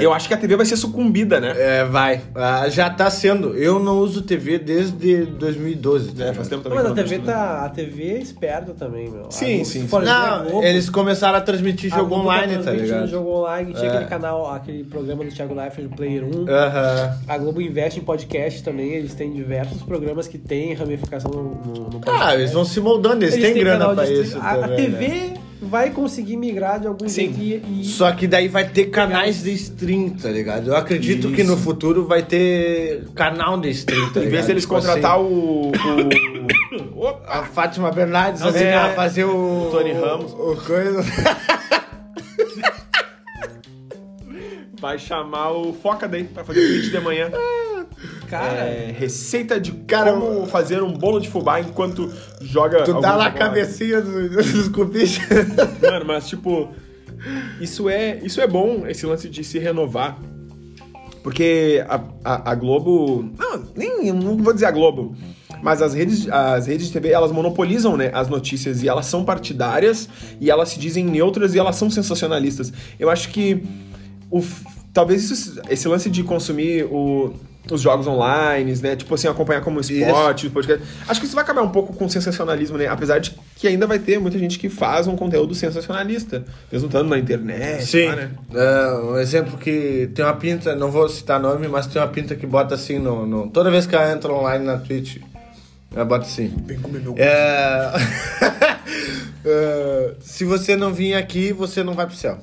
Speaker 1: Eu acho que a TV vai ser sucumbida, né?
Speaker 3: É, vai. Ah, já tá sendo. Eu não uso TV desde 2012. tá
Speaker 1: É, faz
Speaker 3: ligado?
Speaker 1: tempo Ah,
Speaker 2: Não,
Speaker 1: também.
Speaker 2: mas
Speaker 1: que
Speaker 2: a
Speaker 1: não vejo
Speaker 2: TV, tá, a TV é esperta também, meu.
Speaker 1: Sim, sim,
Speaker 2: A- se for ver a
Speaker 3: Não,
Speaker 2: Globo-
Speaker 3: eles começaram a transmitir
Speaker 2: a
Speaker 3: jogo
Speaker 2: Globo tá
Speaker 3: online, tá
Speaker 2: transmitindo
Speaker 3: ligado?
Speaker 2: jogo online, tinha
Speaker 3: É.
Speaker 2: aquele canal, aquele programa do Thiago Leifert, Player 1.
Speaker 3: Aham.
Speaker 2: A Globo investe em podcast também, eles têm diversos programas que têm ramificação no, no, no podcast.
Speaker 3: Ah, eles vão se moldando, eles,
Speaker 2: têm
Speaker 3: têm grana
Speaker 2: canal de
Speaker 3: pra
Speaker 2: stream-
Speaker 3: isso.
Speaker 2: A, a
Speaker 3: também,
Speaker 2: TV
Speaker 3: né?
Speaker 2: vai conseguir migrar de algum
Speaker 1: Sim.
Speaker 2: jeito e, e-
Speaker 3: Só que daí vai ter canais de stream, tá ligado? Eu acredito que no futuro vai ter canal de stream, tá ligado?
Speaker 1: Em vez deles
Speaker 3: Tipo assim,
Speaker 1: contratar o. o... Opa!
Speaker 3: A Fátima Bernardes, assim,
Speaker 1: é,
Speaker 3: ela fazer o...
Speaker 1: o Tony Ramos.
Speaker 3: O coisa...
Speaker 1: Vai chamar o Foca daí pra fazer o vídeo de manhã.
Speaker 2: cara,
Speaker 1: É, receita de
Speaker 3: Cara,
Speaker 1: como fazer um bolo de fubá enquanto joga.
Speaker 3: Tu dá
Speaker 1: algum
Speaker 3: lá a
Speaker 1: jogo lá.
Speaker 3: cabecinha dos, dos cubichos.
Speaker 1: Mano, mas tipo, isso é, isso é bom, esse lance de se renovar. Porque a, a, a Globo. Não, nem não vou dizer a Globo. Mas as redes, as redes de TV, elas monopolizam né, as notícias e elas são partidárias e elas se dizem neutras e elas são sensacionalistas. Eu acho que o, f- talvez isso- esse lance de consumir o- os jogos online, né? Tipo assim, acompanhar como esporte, podcast. Acho que isso vai acabar um pouco com o sensacionalismo, né? Apesar de que ainda vai ter muita gente que faz um conteúdo sensacionalista, mesmo estando na internet. lá, né?
Speaker 3: É, um exemplo que tem uma pinta, não vou citar nome, mas tem uma pinta que bota assim no. no- toda vez que ela entra online na Twitch, ela bota assim.
Speaker 1: Vem comer meu
Speaker 3: É... É, se você não vir aqui, você não vai pro céu.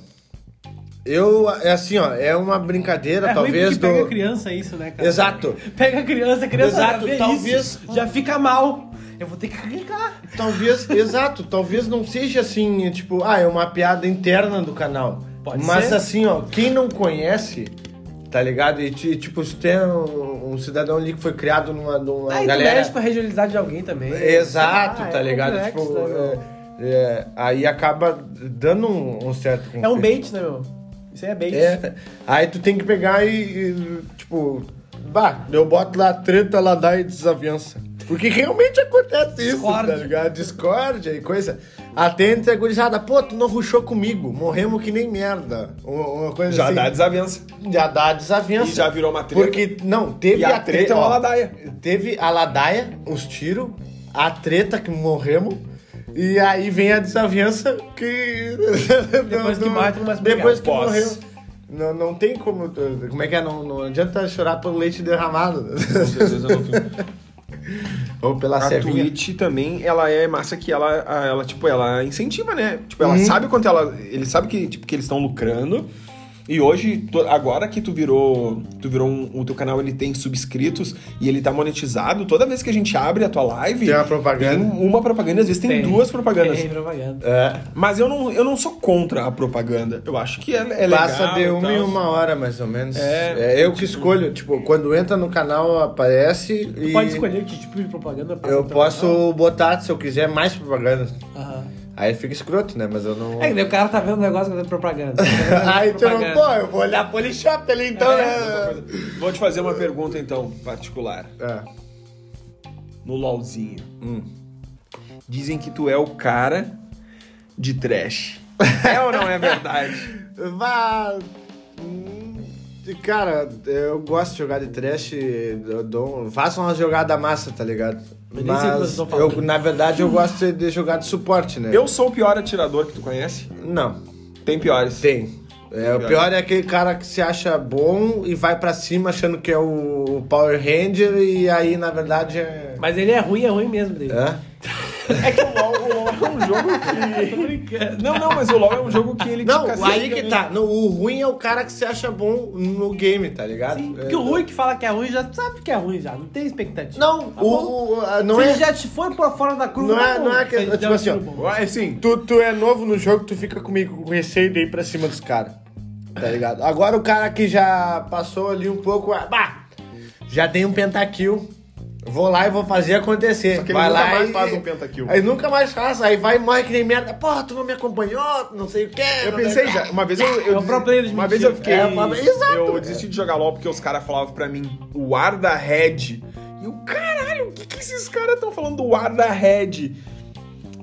Speaker 3: Eu, é assim, ó, é uma brincadeira,
Speaker 2: é
Speaker 3: talvez
Speaker 2: ruim porque pega
Speaker 3: do.
Speaker 2: a criança isso, né, cara?
Speaker 3: Exato.
Speaker 2: Pega a criança, a criança
Speaker 3: Exato,
Speaker 2: já vê
Speaker 3: talvez-
Speaker 2: isso, já fica mal. Eu vou ter que clicar.
Speaker 3: Talvez, exato, talvez não seja assim, tipo, ah, é uma piada interna do canal.
Speaker 2: Pode
Speaker 3: Mas
Speaker 2: ser.
Speaker 3: assim, ó, quem não conhece, tá ligado? E ti- tipo, se tem um, um cidadão ali que foi criado numa, numa
Speaker 2: Aí tu
Speaker 3: galera.
Speaker 2: mexe com a regionalidade de alguém também.
Speaker 3: Exato,
Speaker 2: Ah,
Speaker 3: tá
Speaker 2: é
Speaker 3: ligado?
Speaker 2: complexo,
Speaker 3: tipo,
Speaker 2: né, meu?
Speaker 3: é, é, aí acaba dando um, um certo conflito.
Speaker 2: É um bait, né, meu? Isso aí é bait.
Speaker 3: É. Aí tu tem que pegar e, e, tipo, bah, eu boto lá treta, ladai e desavença. Porque realmente acontece isso,
Speaker 2: Discórdia.
Speaker 3: tá ligado? Discórdia e coisa. Até entre a gurizada, pô, tu não ruxou comigo, morremos que nem merda. Uma uma coisa
Speaker 1: Já
Speaker 3: assim.
Speaker 1: dá desavença.
Speaker 3: Já dá desavença.
Speaker 1: E já virou uma treta.
Speaker 3: Porque, não, teve
Speaker 1: E a treta é uma
Speaker 3: ó,
Speaker 1: ladaia.
Speaker 3: Teve a ladaia, os tiros, a treta que morremos. E aí vem a desavença que.
Speaker 2: Depois que mata, começa a brigar.
Speaker 3: Depois que
Speaker 1: Pós.
Speaker 3: morreu. Não, não tem como. Como é que é? Não, não adianta chorar pelo leite derramado. Ou pela
Speaker 1: A
Speaker 3: cevinha.
Speaker 1: Twitch também, ela é massa que ela, a- ela tipo, ela incentiva, né? Tipo,
Speaker 3: Uhum.
Speaker 1: ela sabe quanto ela... Eles sabem que, tipo, que eles estão lucrando. E hoje, to- agora que tu virou... Tu virou um- o teu canal, ele tem subscritos e ele tá monetizado. Toda vez que a gente abre a tua live...
Speaker 3: Tem uma propaganda.
Speaker 1: tem um, uma propaganda, às vezes tem, duas propagandas.
Speaker 2: Tem propaganda.
Speaker 3: É.
Speaker 1: Mas eu não, eu não sou contra a propaganda. Eu acho que é, é legal.
Speaker 3: Passa de
Speaker 1: e
Speaker 3: uma em
Speaker 1: tal.
Speaker 3: uma hora, mais ou menos.
Speaker 1: É.
Speaker 3: eu que escolho. Tipo, quando entra no canal, aparece.
Speaker 2: Tu
Speaker 3: e
Speaker 2: pode escolher que tipo de propaganda passa
Speaker 3: Eu
Speaker 1: então
Speaker 2: no teu canal.
Speaker 3: posso botar, se eu quiser, mais propaganda.
Speaker 2: Aham.
Speaker 3: Aí fica escroto, né? Mas eu não.
Speaker 2: É que daí o cara tá vendo o negócio que é propaganda.
Speaker 3: Aí tu não,
Speaker 2: Propaganda. É.
Speaker 3: pô, eu vou olhar Polishop ali então, né?
Speaker 1: Vou te fazer uma pergunta, então, particular.
Speaker 3: É.
Speaker 1: no LOLzinho. Hum. Dizem que tu é o cara de trash. É ou não é verdade?
Speaker 3: Vá. hum, Cara, eu gosto de jogar de trash, eu dou, um, faço uma jogada massa, tá ligado?
Speaker 2: Eu nem sei o que vocês
Speaker 3: Mas,
Speaker 2: estão falando.
Speaker 3: eu, na verdade, eu gosto de jogar de suporte, né?
Speaker 1: Eu sou o pior atirador que tu conhece?
Speaker 3: Não,
Speaker 1: Tem piores.
Speaker 3: tem. É, o pior é aquele cara que se acha bom e vai pra cima achando que é o Power Ranger e aí, na verdade, é...
Speaker 2: Mas ele é ruim, é ruim mesmo dele.
Speaker 3: Hã?
Speaker 1: É que o LOL, o LOL é um jogo
Speaker 2: Tô brincando.
Speaker 1: que. Não, não, mas o LOL é um jogo que ele te
Speaker 3: Não,
Speaker 1: cacete,
Speaker 3: aí que
Speaker 4: um
Speaker 1: né?
Speaker 3: tá. No- o ruim é o cara que se acha bom no game, tá ligado?
Speaker 2: Sim,
Speaker 3: É,
Speaker 2: porque o ruim que fala que é ruim já sabe que é ruim já, não tem expectativa.
Speaker 3: Não,
Speaker 2: Tá bom?
Speaker 3: o, o- a- não
Speaker 2: Se
Speaker 3: é.
Speaker 2: ele já te for pra fora da curva,
Speaker 3: Não é-
Speaker 2: tá bom.
Speaker 3: não é que-
Speaker 2: Se ele
Speaker 3: tipo
Speaker 2: der um
Speaker 3: assim, ó,
Speaker 2: tiro bom.
Speaker 1: Ué, sim.
Speaker 3: Tu, tu é novo no jogo, tu fica comigo com receio de ir pra cima dos caras. tá ligado? Agora o cara que já passou ali um pouco, ah, bah, já tem um pentakill. Vou lá e vou fazer acontecer.
Speaker 4: Só que ele
Speaker 3: vai
Speaker 4: nunca
Speaker 3: lá
Speaker 4: mais
Speaker 3: e...
Speaker 4: faz um pentakill.
Speaker 3: Aí nunca mais faz, aí vai e morre que nem merda. Porra, tu não me acompanhou, não sei o que.
Speaker 4: Eu pensei já, uma vez eu. eu
Speaker 2: É o próprio ele
Speaker 1: Uma
Speaker 2: desmentir.
Speaker 1: vez eu fiquei.
Speaker 3: É, mas- exato.
Speaker 1: Eu desisti de jogar LOL porque os caras falavam pra mim o ar da Red. E eu, caralho, o que, que esses caras estão falando do ar da Red?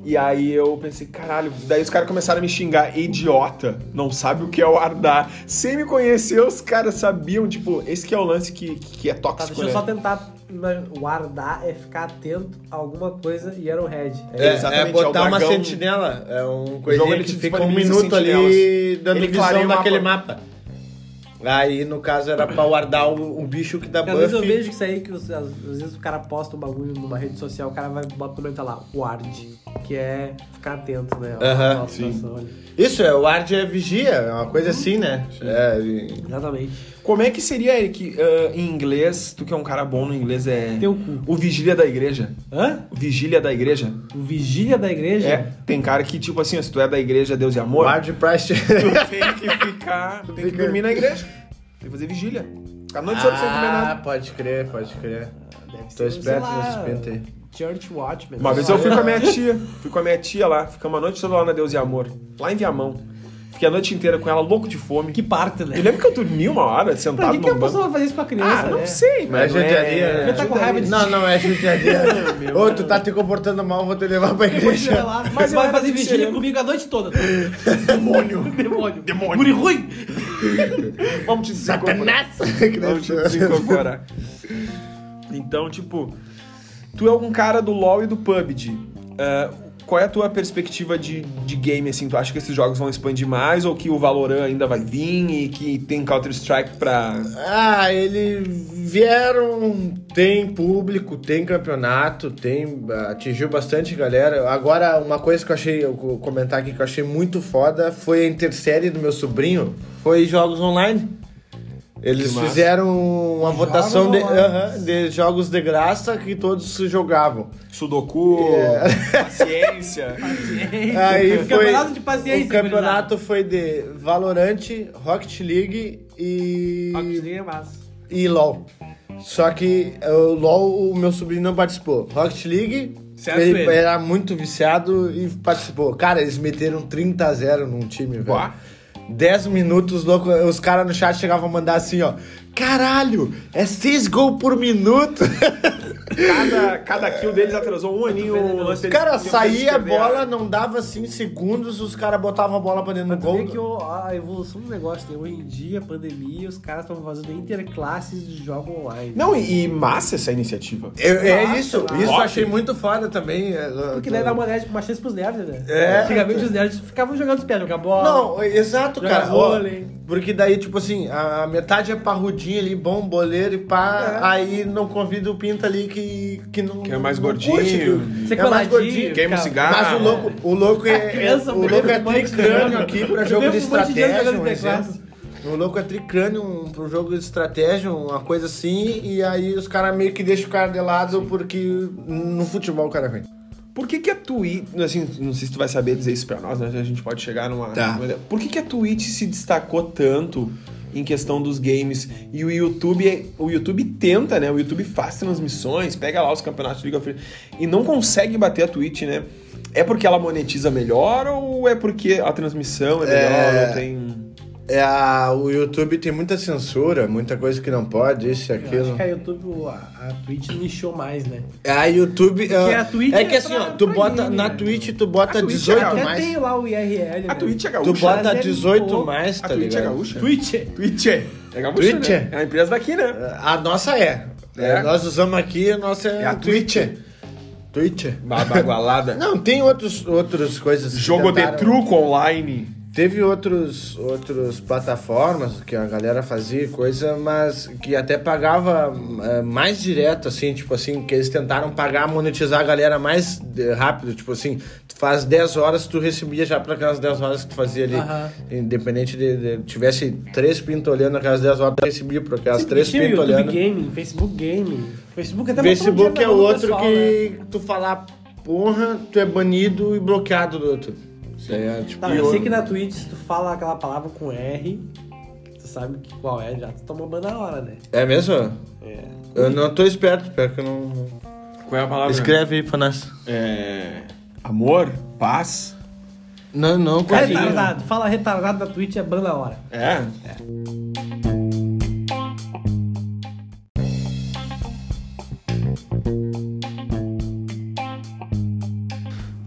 Speaker 1: E aí eu pensei, caralho, daí os caras começaram a me xingar, idiota, não sabe o que é o ar da. Sem me conhecer, os caras sabiam, tipo, esse que é o lance que, que é
Speaker 2: Tá,
Speaker 1: tóxico,
Speaker 2: deixa eu
Speaker 1: né?
Speaker 2: só tentar ima- guardar, é ficar atento a alguma coisa e era o head.
Speaker 3: É,
Speaker 2: É,
Speaker 1: Exatamente,
Speaker 3: é botar
Speaker 1: é o
Speaker 3: uma
Speaker 1: dragão.
Speaker 3: sentinela. É um
Speaker 1: jogo,
Speaker 3: coisinha
Speaker 1: ele
Speaker 3: que
Speaker 1: te
Speaker 3: fica um
Speaker 1: disponibiliza
Speaker 3: minuto ali
Speaker 1: sentinelas.
Speaker 3: dando
Speaker 1: Ele clareia
Speaker 3: visão
Speaker 1: o
Speaker 3: naquele mapa. Aí, no caso, era pra guardar o, o bicho que dá
Speaker 2: às vezes eu
Speaker 3: buff.
Speaker 2: vejo isso aí que os- às, às vezes o cara posta um bagulho numa rede social, o cara vai bota comenta lá, ward, que é ficar atento, né? à-
Speaker 3: Aham,
Speaker 2: à
Speaker 3: sim.
Speaker 2: situação ali.
Speaker 3: Isso, é, o Ward é vigia, é uma coisa
Speaker 2: Uhum.
Speaker 3: assim, né? É, e-
Speaker 2: Exatamente.
Speaker 1: Como é que seria, Eric, ah, em inglês, tu que é um cara bom no inglês, é.
Speaker 2: Teu cu.
Speaker 1: O vigília da igreja.
Speaker 2: Hã?
Speaker 1: O vigília da igreja?
Speaker 2: O vigília da igreja?
Speaker 1: É, tem cara que, tipo assim, se tu é da igreja Deus e Amor,
Speaker 3: Ward Price.
Speaker 1: Tu tem que ficar. Tu tem que dormir na igreja. Tem que fazer vigília. Ficar a noite toda sem comer
Speaker 3: ah,
Speaker 1: nada.
Speaker 3: pode crer, pode crer.
Speaker 2: Deve
Speaker 3: Tô
Speaker 2: sei
Speaker 3: esperto
Speaker 2: lá,
Speaker 3: nesse pente aí.
Speaker 2: Church Watchman.
Speaker 1: Uma vez eu fui com a minha tia. Fui com a minha tia lá. Ficamos a noite toda lá na Deus e Amor. Lá em Viamão. Fiquei a noite inteira com ela, louco de fome.
Speaker 2: Que parte, né?
Speaker 3: é
Speaker 1: Eu lembro que eu dormi uma hora,
Speaker 2: Pra
Speaker 1: sentado
Speaker 2: que, é que a
Speaker 1: num
Speaker 2: pessoa
Speaker 1: banco.
Speaker 2: vai fazer isso com a criança,
Speaker 1: Ah, não
Speaker 2: né?
Speaker 1: sei,
Speaker 3: Mas
Speaker 1: mas não
Speaker 3: judiaria, né?
Speaker 1: é...
Speaker 2: Ele tá com raiva de
Speaker 3: Não, não, é judiaria. Ô, tu tá te comportando mal, vou te levar
Speaker 1: é.
Speaker 3: pra
Speaker 2: Chega
Speaker 3: igreja.
Speaker 2: lá,
Speaker 1: Mas eu
Speaker 2: é. vai
Speaker 1: era
Speaker 2: fazer
Speaker 1: do
Speaker 2: vigília
Speaker 1: Sereno.
Speaker 2: comigo a noite toda. Demônio. Demônio. Demônio. Guri ruim.
Speaker 1: Vamos te desincorporar.
Speaker 3: é. Que nem
Speaker 1: Vamos te
Speaker 3: tu.
Speaker 1: desincorporar. Então, tipo, tu é um cara do LoL e do PUBG. Ah, qual é a tua perspectiva de, de game, assim? Tu acha que esses jogos vão expandir mais ou que o Valorant ainda vai vir e que tem Counter-Strike pra...
Speaker 3: Ah, eles vieram, tem público, tem campeonato, tem atingiu bastante galera. Agora, uma coisa que eu achei, eu vou comentar aqui que eu achei muito foda foi a intersérie do meu sobrinho, foi jogos online. Eles
Speaker 1: Que massa.
Speaker 3: fizeram uma votação de,
Speaker 2: online.
Speaker 3: aham, de jogos de graça que todos jogavam.
Speaker 1: Sudoku,
Speaker 3: É.
Speaker 1: paciência...
Speaker 3: Aí foi
Speaker 2: Campeonato de paciência.
Speaker 3: O campeonato foi de Valorant, Rocket League e
Speaker 2: gurizada. É massa.
Speaker 3: e LOL. Só que eh, o LOL, o meu sobrinho não participou. Rocket League,
Speaker 2: Certo
Speaker 3: ele,
Speaker 2: ele.
Speaker 3: era muito viciado e participou. Cara, eles meteram 30 a 0 num time, velho.
Speaker 1: Uá.
Speaker 3: 10 minutos, louco, os caras no chat chegavam a mandar assim, ó. Caralho, é 6 gols por minuto.
Speaker 1: Cada, cada kill deles atrasou um aninho o lance
Speaker 3: Os
Speaker 1: deles-
Speaker 3: cara
Speaker 1: deles
Speaker 3: saía a
Speaker 1: perder
Speaker 3: bola, não dava assim segundos, os caras botavam a bola pra dentro do
Speaker 2: Tu vê que
Speaker 3: gol.
Speaker 2: o- a evolução do negócio, né? Hoje em dia, pandemia, os caras estão fazendo interclasses de jogo online.
Speaker 1: Não, e, e massa essa iniciativa.
Speaker 3: Eu- é
Speaker 2: Nossa,
Speaker 3: isso,
Speaker 2: cara.
Speaker 3: isso eu
Speaker 1: Ótimo.
Speaker 3: achei muito foda também. é,
Speaker 2: Porque
Speaker 3: tô-
Speaker 2: daí dá uma, nerd- uma chance pros nerds, né?
Speaker 3: É.
Speaker 2: Antigamente os nerds ficavam jogando os pés, jogar bola.
Speaker 3: Não, exato,
Speaker 2: Joga
Speaker 3: cara. Ó,
Speaker 2: vôlei.
Speaker 3: porque daí, tipo assim, a, a metade é parrudinha ali, bom, boleiro e pá.
Speaker 2: É.
Speaker 3: Aí não convida o pinta ali que, que não.
Speaker 1: Que é mais
Speaker 3: não
Speaker 1: gordinho.
Speaker 3: curte,
Speaker 1: Você Ah.
Speaker 3: que é mais
Speaker 2: coladinho,
Speaker 3: gordinho.
Speaker 1: Queima o
Speaker 2: cara.
Speaker 1: cigarro.
Speaker 3: Mas o louco, o louco é,
Speaker 2: criança
Speaker 3: o louco é
Speaker 2: mesmo, mano,
Speaker 3: tricrânio
Speaker 2: jogando.
Speaker 3: aqui pra
Speaker 2: Eu
Speaker 3: jogo de
Speaker 2: vejo um monte de gente
Speaker 3: estratégia,
Speaker 2: jogando
Speaker 3: um
Speaker 2: de
Speaker 3: exemplo. O louco é tricrânio um, pro jogo de estratégia, uma coisa assim, e aí os caras meio que deixam o cara de lado porque no futebol o cara vem.
Speaker 1: Por que, que a Twitch. Assim, não sei se tu vai saber dizer isso pra nós, né? A gente pode chegar numa.
Speaker 3: Tá.
Speaker 1: numa- Por que, que a Twitch se destacou tanto em questão dos games? E o YouTube. é- O YouTube tenta, né? O YouTube faz transmissões, pega lá os campeonatos de League of Legends e não consegue bater a Twitch, né? É porque ela monetiza melhor ou é porque a transmissão é melhor?
Speaker 3: É.
Speaker 1: Ou tem.
Speaker 3: É, a- o YouTube tem muita censura, muita coisa que não pode, isso e
Speaker 2: Eu acho
Speaker 3: aquilo.
Speaker 2: que é a YouTube, a, a Twitch nichou mais, né?
Speaker 3: É, A YouTube. ah,
Speaker 2: a Twitch
Speaker 3: é que
Speaker 2: é
Speaker 3: assim,
Speaker 2: pra-
Speaker 3: ó, tu
Speaker 2: pra
Speaker 3: bota.
Speaker 2: game,
Speaker 3: na
Speaker 2: né?
Speaker 3: Twitch tu bota
Speaker 1: A Twitch é
Speaker 3: 18
Speaker 1: real.
Speaker 2: Até
Speaker 3: mais.
Speaker 2: tem lá o IRL,
Speaker 1: A
Speaker 2: né?
Speaker 1: Twitch é gaúcha.
Speaker 3: Tu bota
Speaker 2: Mas é
Speaker 3: 18
Speaker 2: pouco.
Speaker 3: mais,
Speaker 1: A
Speaker 3: tá
Speaker 1: Twitch é
Speaker 3: ligado?
Speaker 1: gaúcha?
Speaker 2: Twitch é...
Speaker 1: Twitch é. É gaúcha,
Speaker 3: Twitch
Speaker 1: né? É uma empresa daqui, né?
Speaker 3: A nossa é.
Speaker 1: É.
Speaker 3: É, Nós usamos aqui, a nossa é,
Speaker 1: É a
Speaker 3: Twitch. Twitch.
Speaker 1: Babagualada.
Speaker 3: Não, tem outros, outras coisas. que
Speaker 1: Jogo de
Speaker 3: tentaram.
Speaker 1: truco online.
Speaker 3: Teve outros, outros plataformas que a galera fazia coisa, mas que até pagava eh, mais direto, assim, tipo assim, que eles tentaram pagar, monetizar a galera mais eh, rápido, tipo assim, tu faz 10 horas, tu recebia já para aquelas 10 horas que tu fazia ali.
Speaker 2: Aham.
Speaker 3: Independente de, de- tivesse três pinto olhando aquelas 10 horas, tu recebia por aquelas três
Speaker 2: tinha o
Speaker 3: pinto
Speaker 2: YouTube
Speaker 3: tá olhando.
Speaker 2: Gaming, Facebook Gaming. Facebook até botou um
Speaker 3: Facebook
Speaker 2: dia
Speaker 3: é
Speaker 2: na mão do
Speaker 3: outro
Speaker 2: pessoal, né?
Speaker 3: que tu falar porra, tu é banido e bloqueado do outro. Isso aí é, tipo,
Speaker 2: Tá, eu
Speaker 3: e
Speaker 2: sei
Speaker 3: o-
Speaker 2: que na Twitch, se tu fala aquela palavra com R, Tu sabe que- qual é já, tu toma banda na hora, né?
Speaker 3: É mesmo?
Speaker 2: É.
Speaker 3: Eu não tô esperto, pior que eu não.
Speaker 1: Qual é a palavra?
Speaker 3: Ah, Escreve aí pra nós.
Speaker 1: É... Amor? Paz?
Speaker 3: Não, não, confia.
Speaker 2: Retardado. Fala retardado na Twitch é banda na hora.
Speaker 1: É?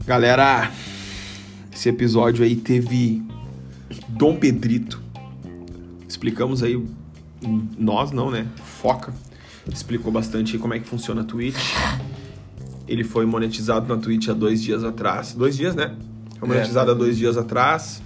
Speaker 1: Galera, esse episódio aí teve Dom Pedrito. Explicamos aí, nós não, né? Foca. Explicou bastante aí como é que funciona a Twitch. Ele foi monetizado na Twitch há dois dias atrás. Dois dias, né? Foi
Speaker 3: É.
Speaker 1: monetizado há dois dias atrás.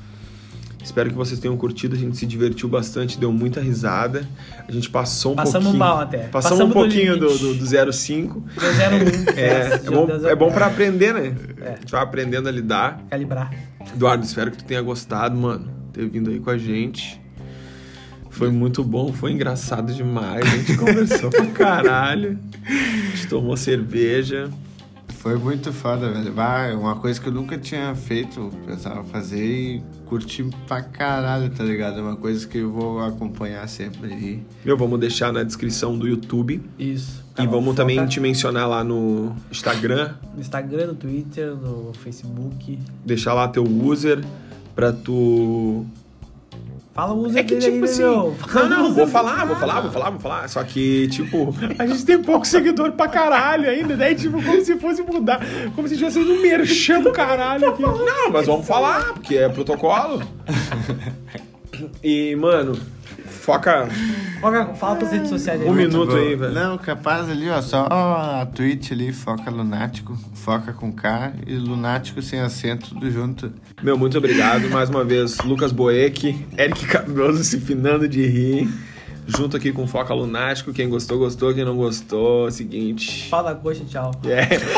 Speaker 1: Espero que vocês tenham curtido. A gente se divertiu bastante, deu muita risada. A gente passou um
Speaker 2: Passamos um
Speaker 1: pouquinho.
Speaker 2: bal até.
Speaker 1: Passamos,
Speaker 2: Passamos
Speaker 1: um
Speaker 2: do
Speaker 1: pouquinho do,
Speaker 2: limite.
Speaker 1: do, do 05.
Speaker 2: Deu zero um.
Speaker 1: É,
Speaker 2: Graças
Speaker 1: é
Speaker 2: a
Speaker 1: bom,
Speaker 2: Deus, É.
Speaker 1: é bom pra aprender, né? A gente vai aprendendo a lidar.
Speaker 2: Calibrar.
Speaker 1: Eduardo, espero que tu tenha gostado, mano, ter vindo aí com a gente. Foi muito bom, foi engraçado demais. A gente conversou pra caralho. A gente tomou cerveja.
Speaker 3: Foi muito foda, velho. Bah, é uma coisa que eu nunca tinha feito, pensava fazer e curti pra caralho, tá ligado? É uma coisa que eu vou acompanhar sempre. E...
Speaker 1: Meu, vamos deixar na descrição do YouTube.
Speaker 2: Isso.
Speaker 1: E
Speaker 2: Canal
Speaker 1: vamos
Speaker 2: Tá, Foca
Speaker 1: também tipo- te mencionar lá no Instagram.
Speaker 2: No Instagram, no Twitter, no Facebook.
Speaker 1: Deixar lá teu user pra tu.
Speaker 2: Fala o user
Speaker 1: É que
Speaker 2: dele
Speaker 1: tipo
Speaker 2: aí,
Speaker 1: assim.
Speaker 2: né, meu? Fala
Speaker 1: Não,
Speaker 2: o
Speaker 1: não,
Speaker 2: user
Speaker 1: vou
Speaker 2: dele.
Speaker 1: falar, vou falar, vou falar, vou falar. Só que, tipo, a gente tem pouco seguidor pra caralho ainda, né? Tipo, como se fosse mudar. Como se tivesse um merchan do caralho aqui. Não, mas vamos falar, porque é protocolo. E, mano, foca
Speaker 2: Fala- é Fala tuas redes sociais aí.
Speaker 1: um
Speaker 2: meu.
Speaker 1: minuto aí, velho.
Speaker 3: Não, capaz ali, ó, só a Twitch ali, foca lunático, foca com K e lunático sem acento, tudo junto.
Speaker 1: Meu, muito obrigado mais uma vez, Lucas Boeck, Eric Cardoso se finando de rir. Junto aqui com Foca Lunático. Quem gostou, gostou. Quem não gostou, seguinte. É.
Speaker 2: Fala da coxa, tchau.
Speaker 1: Yeah.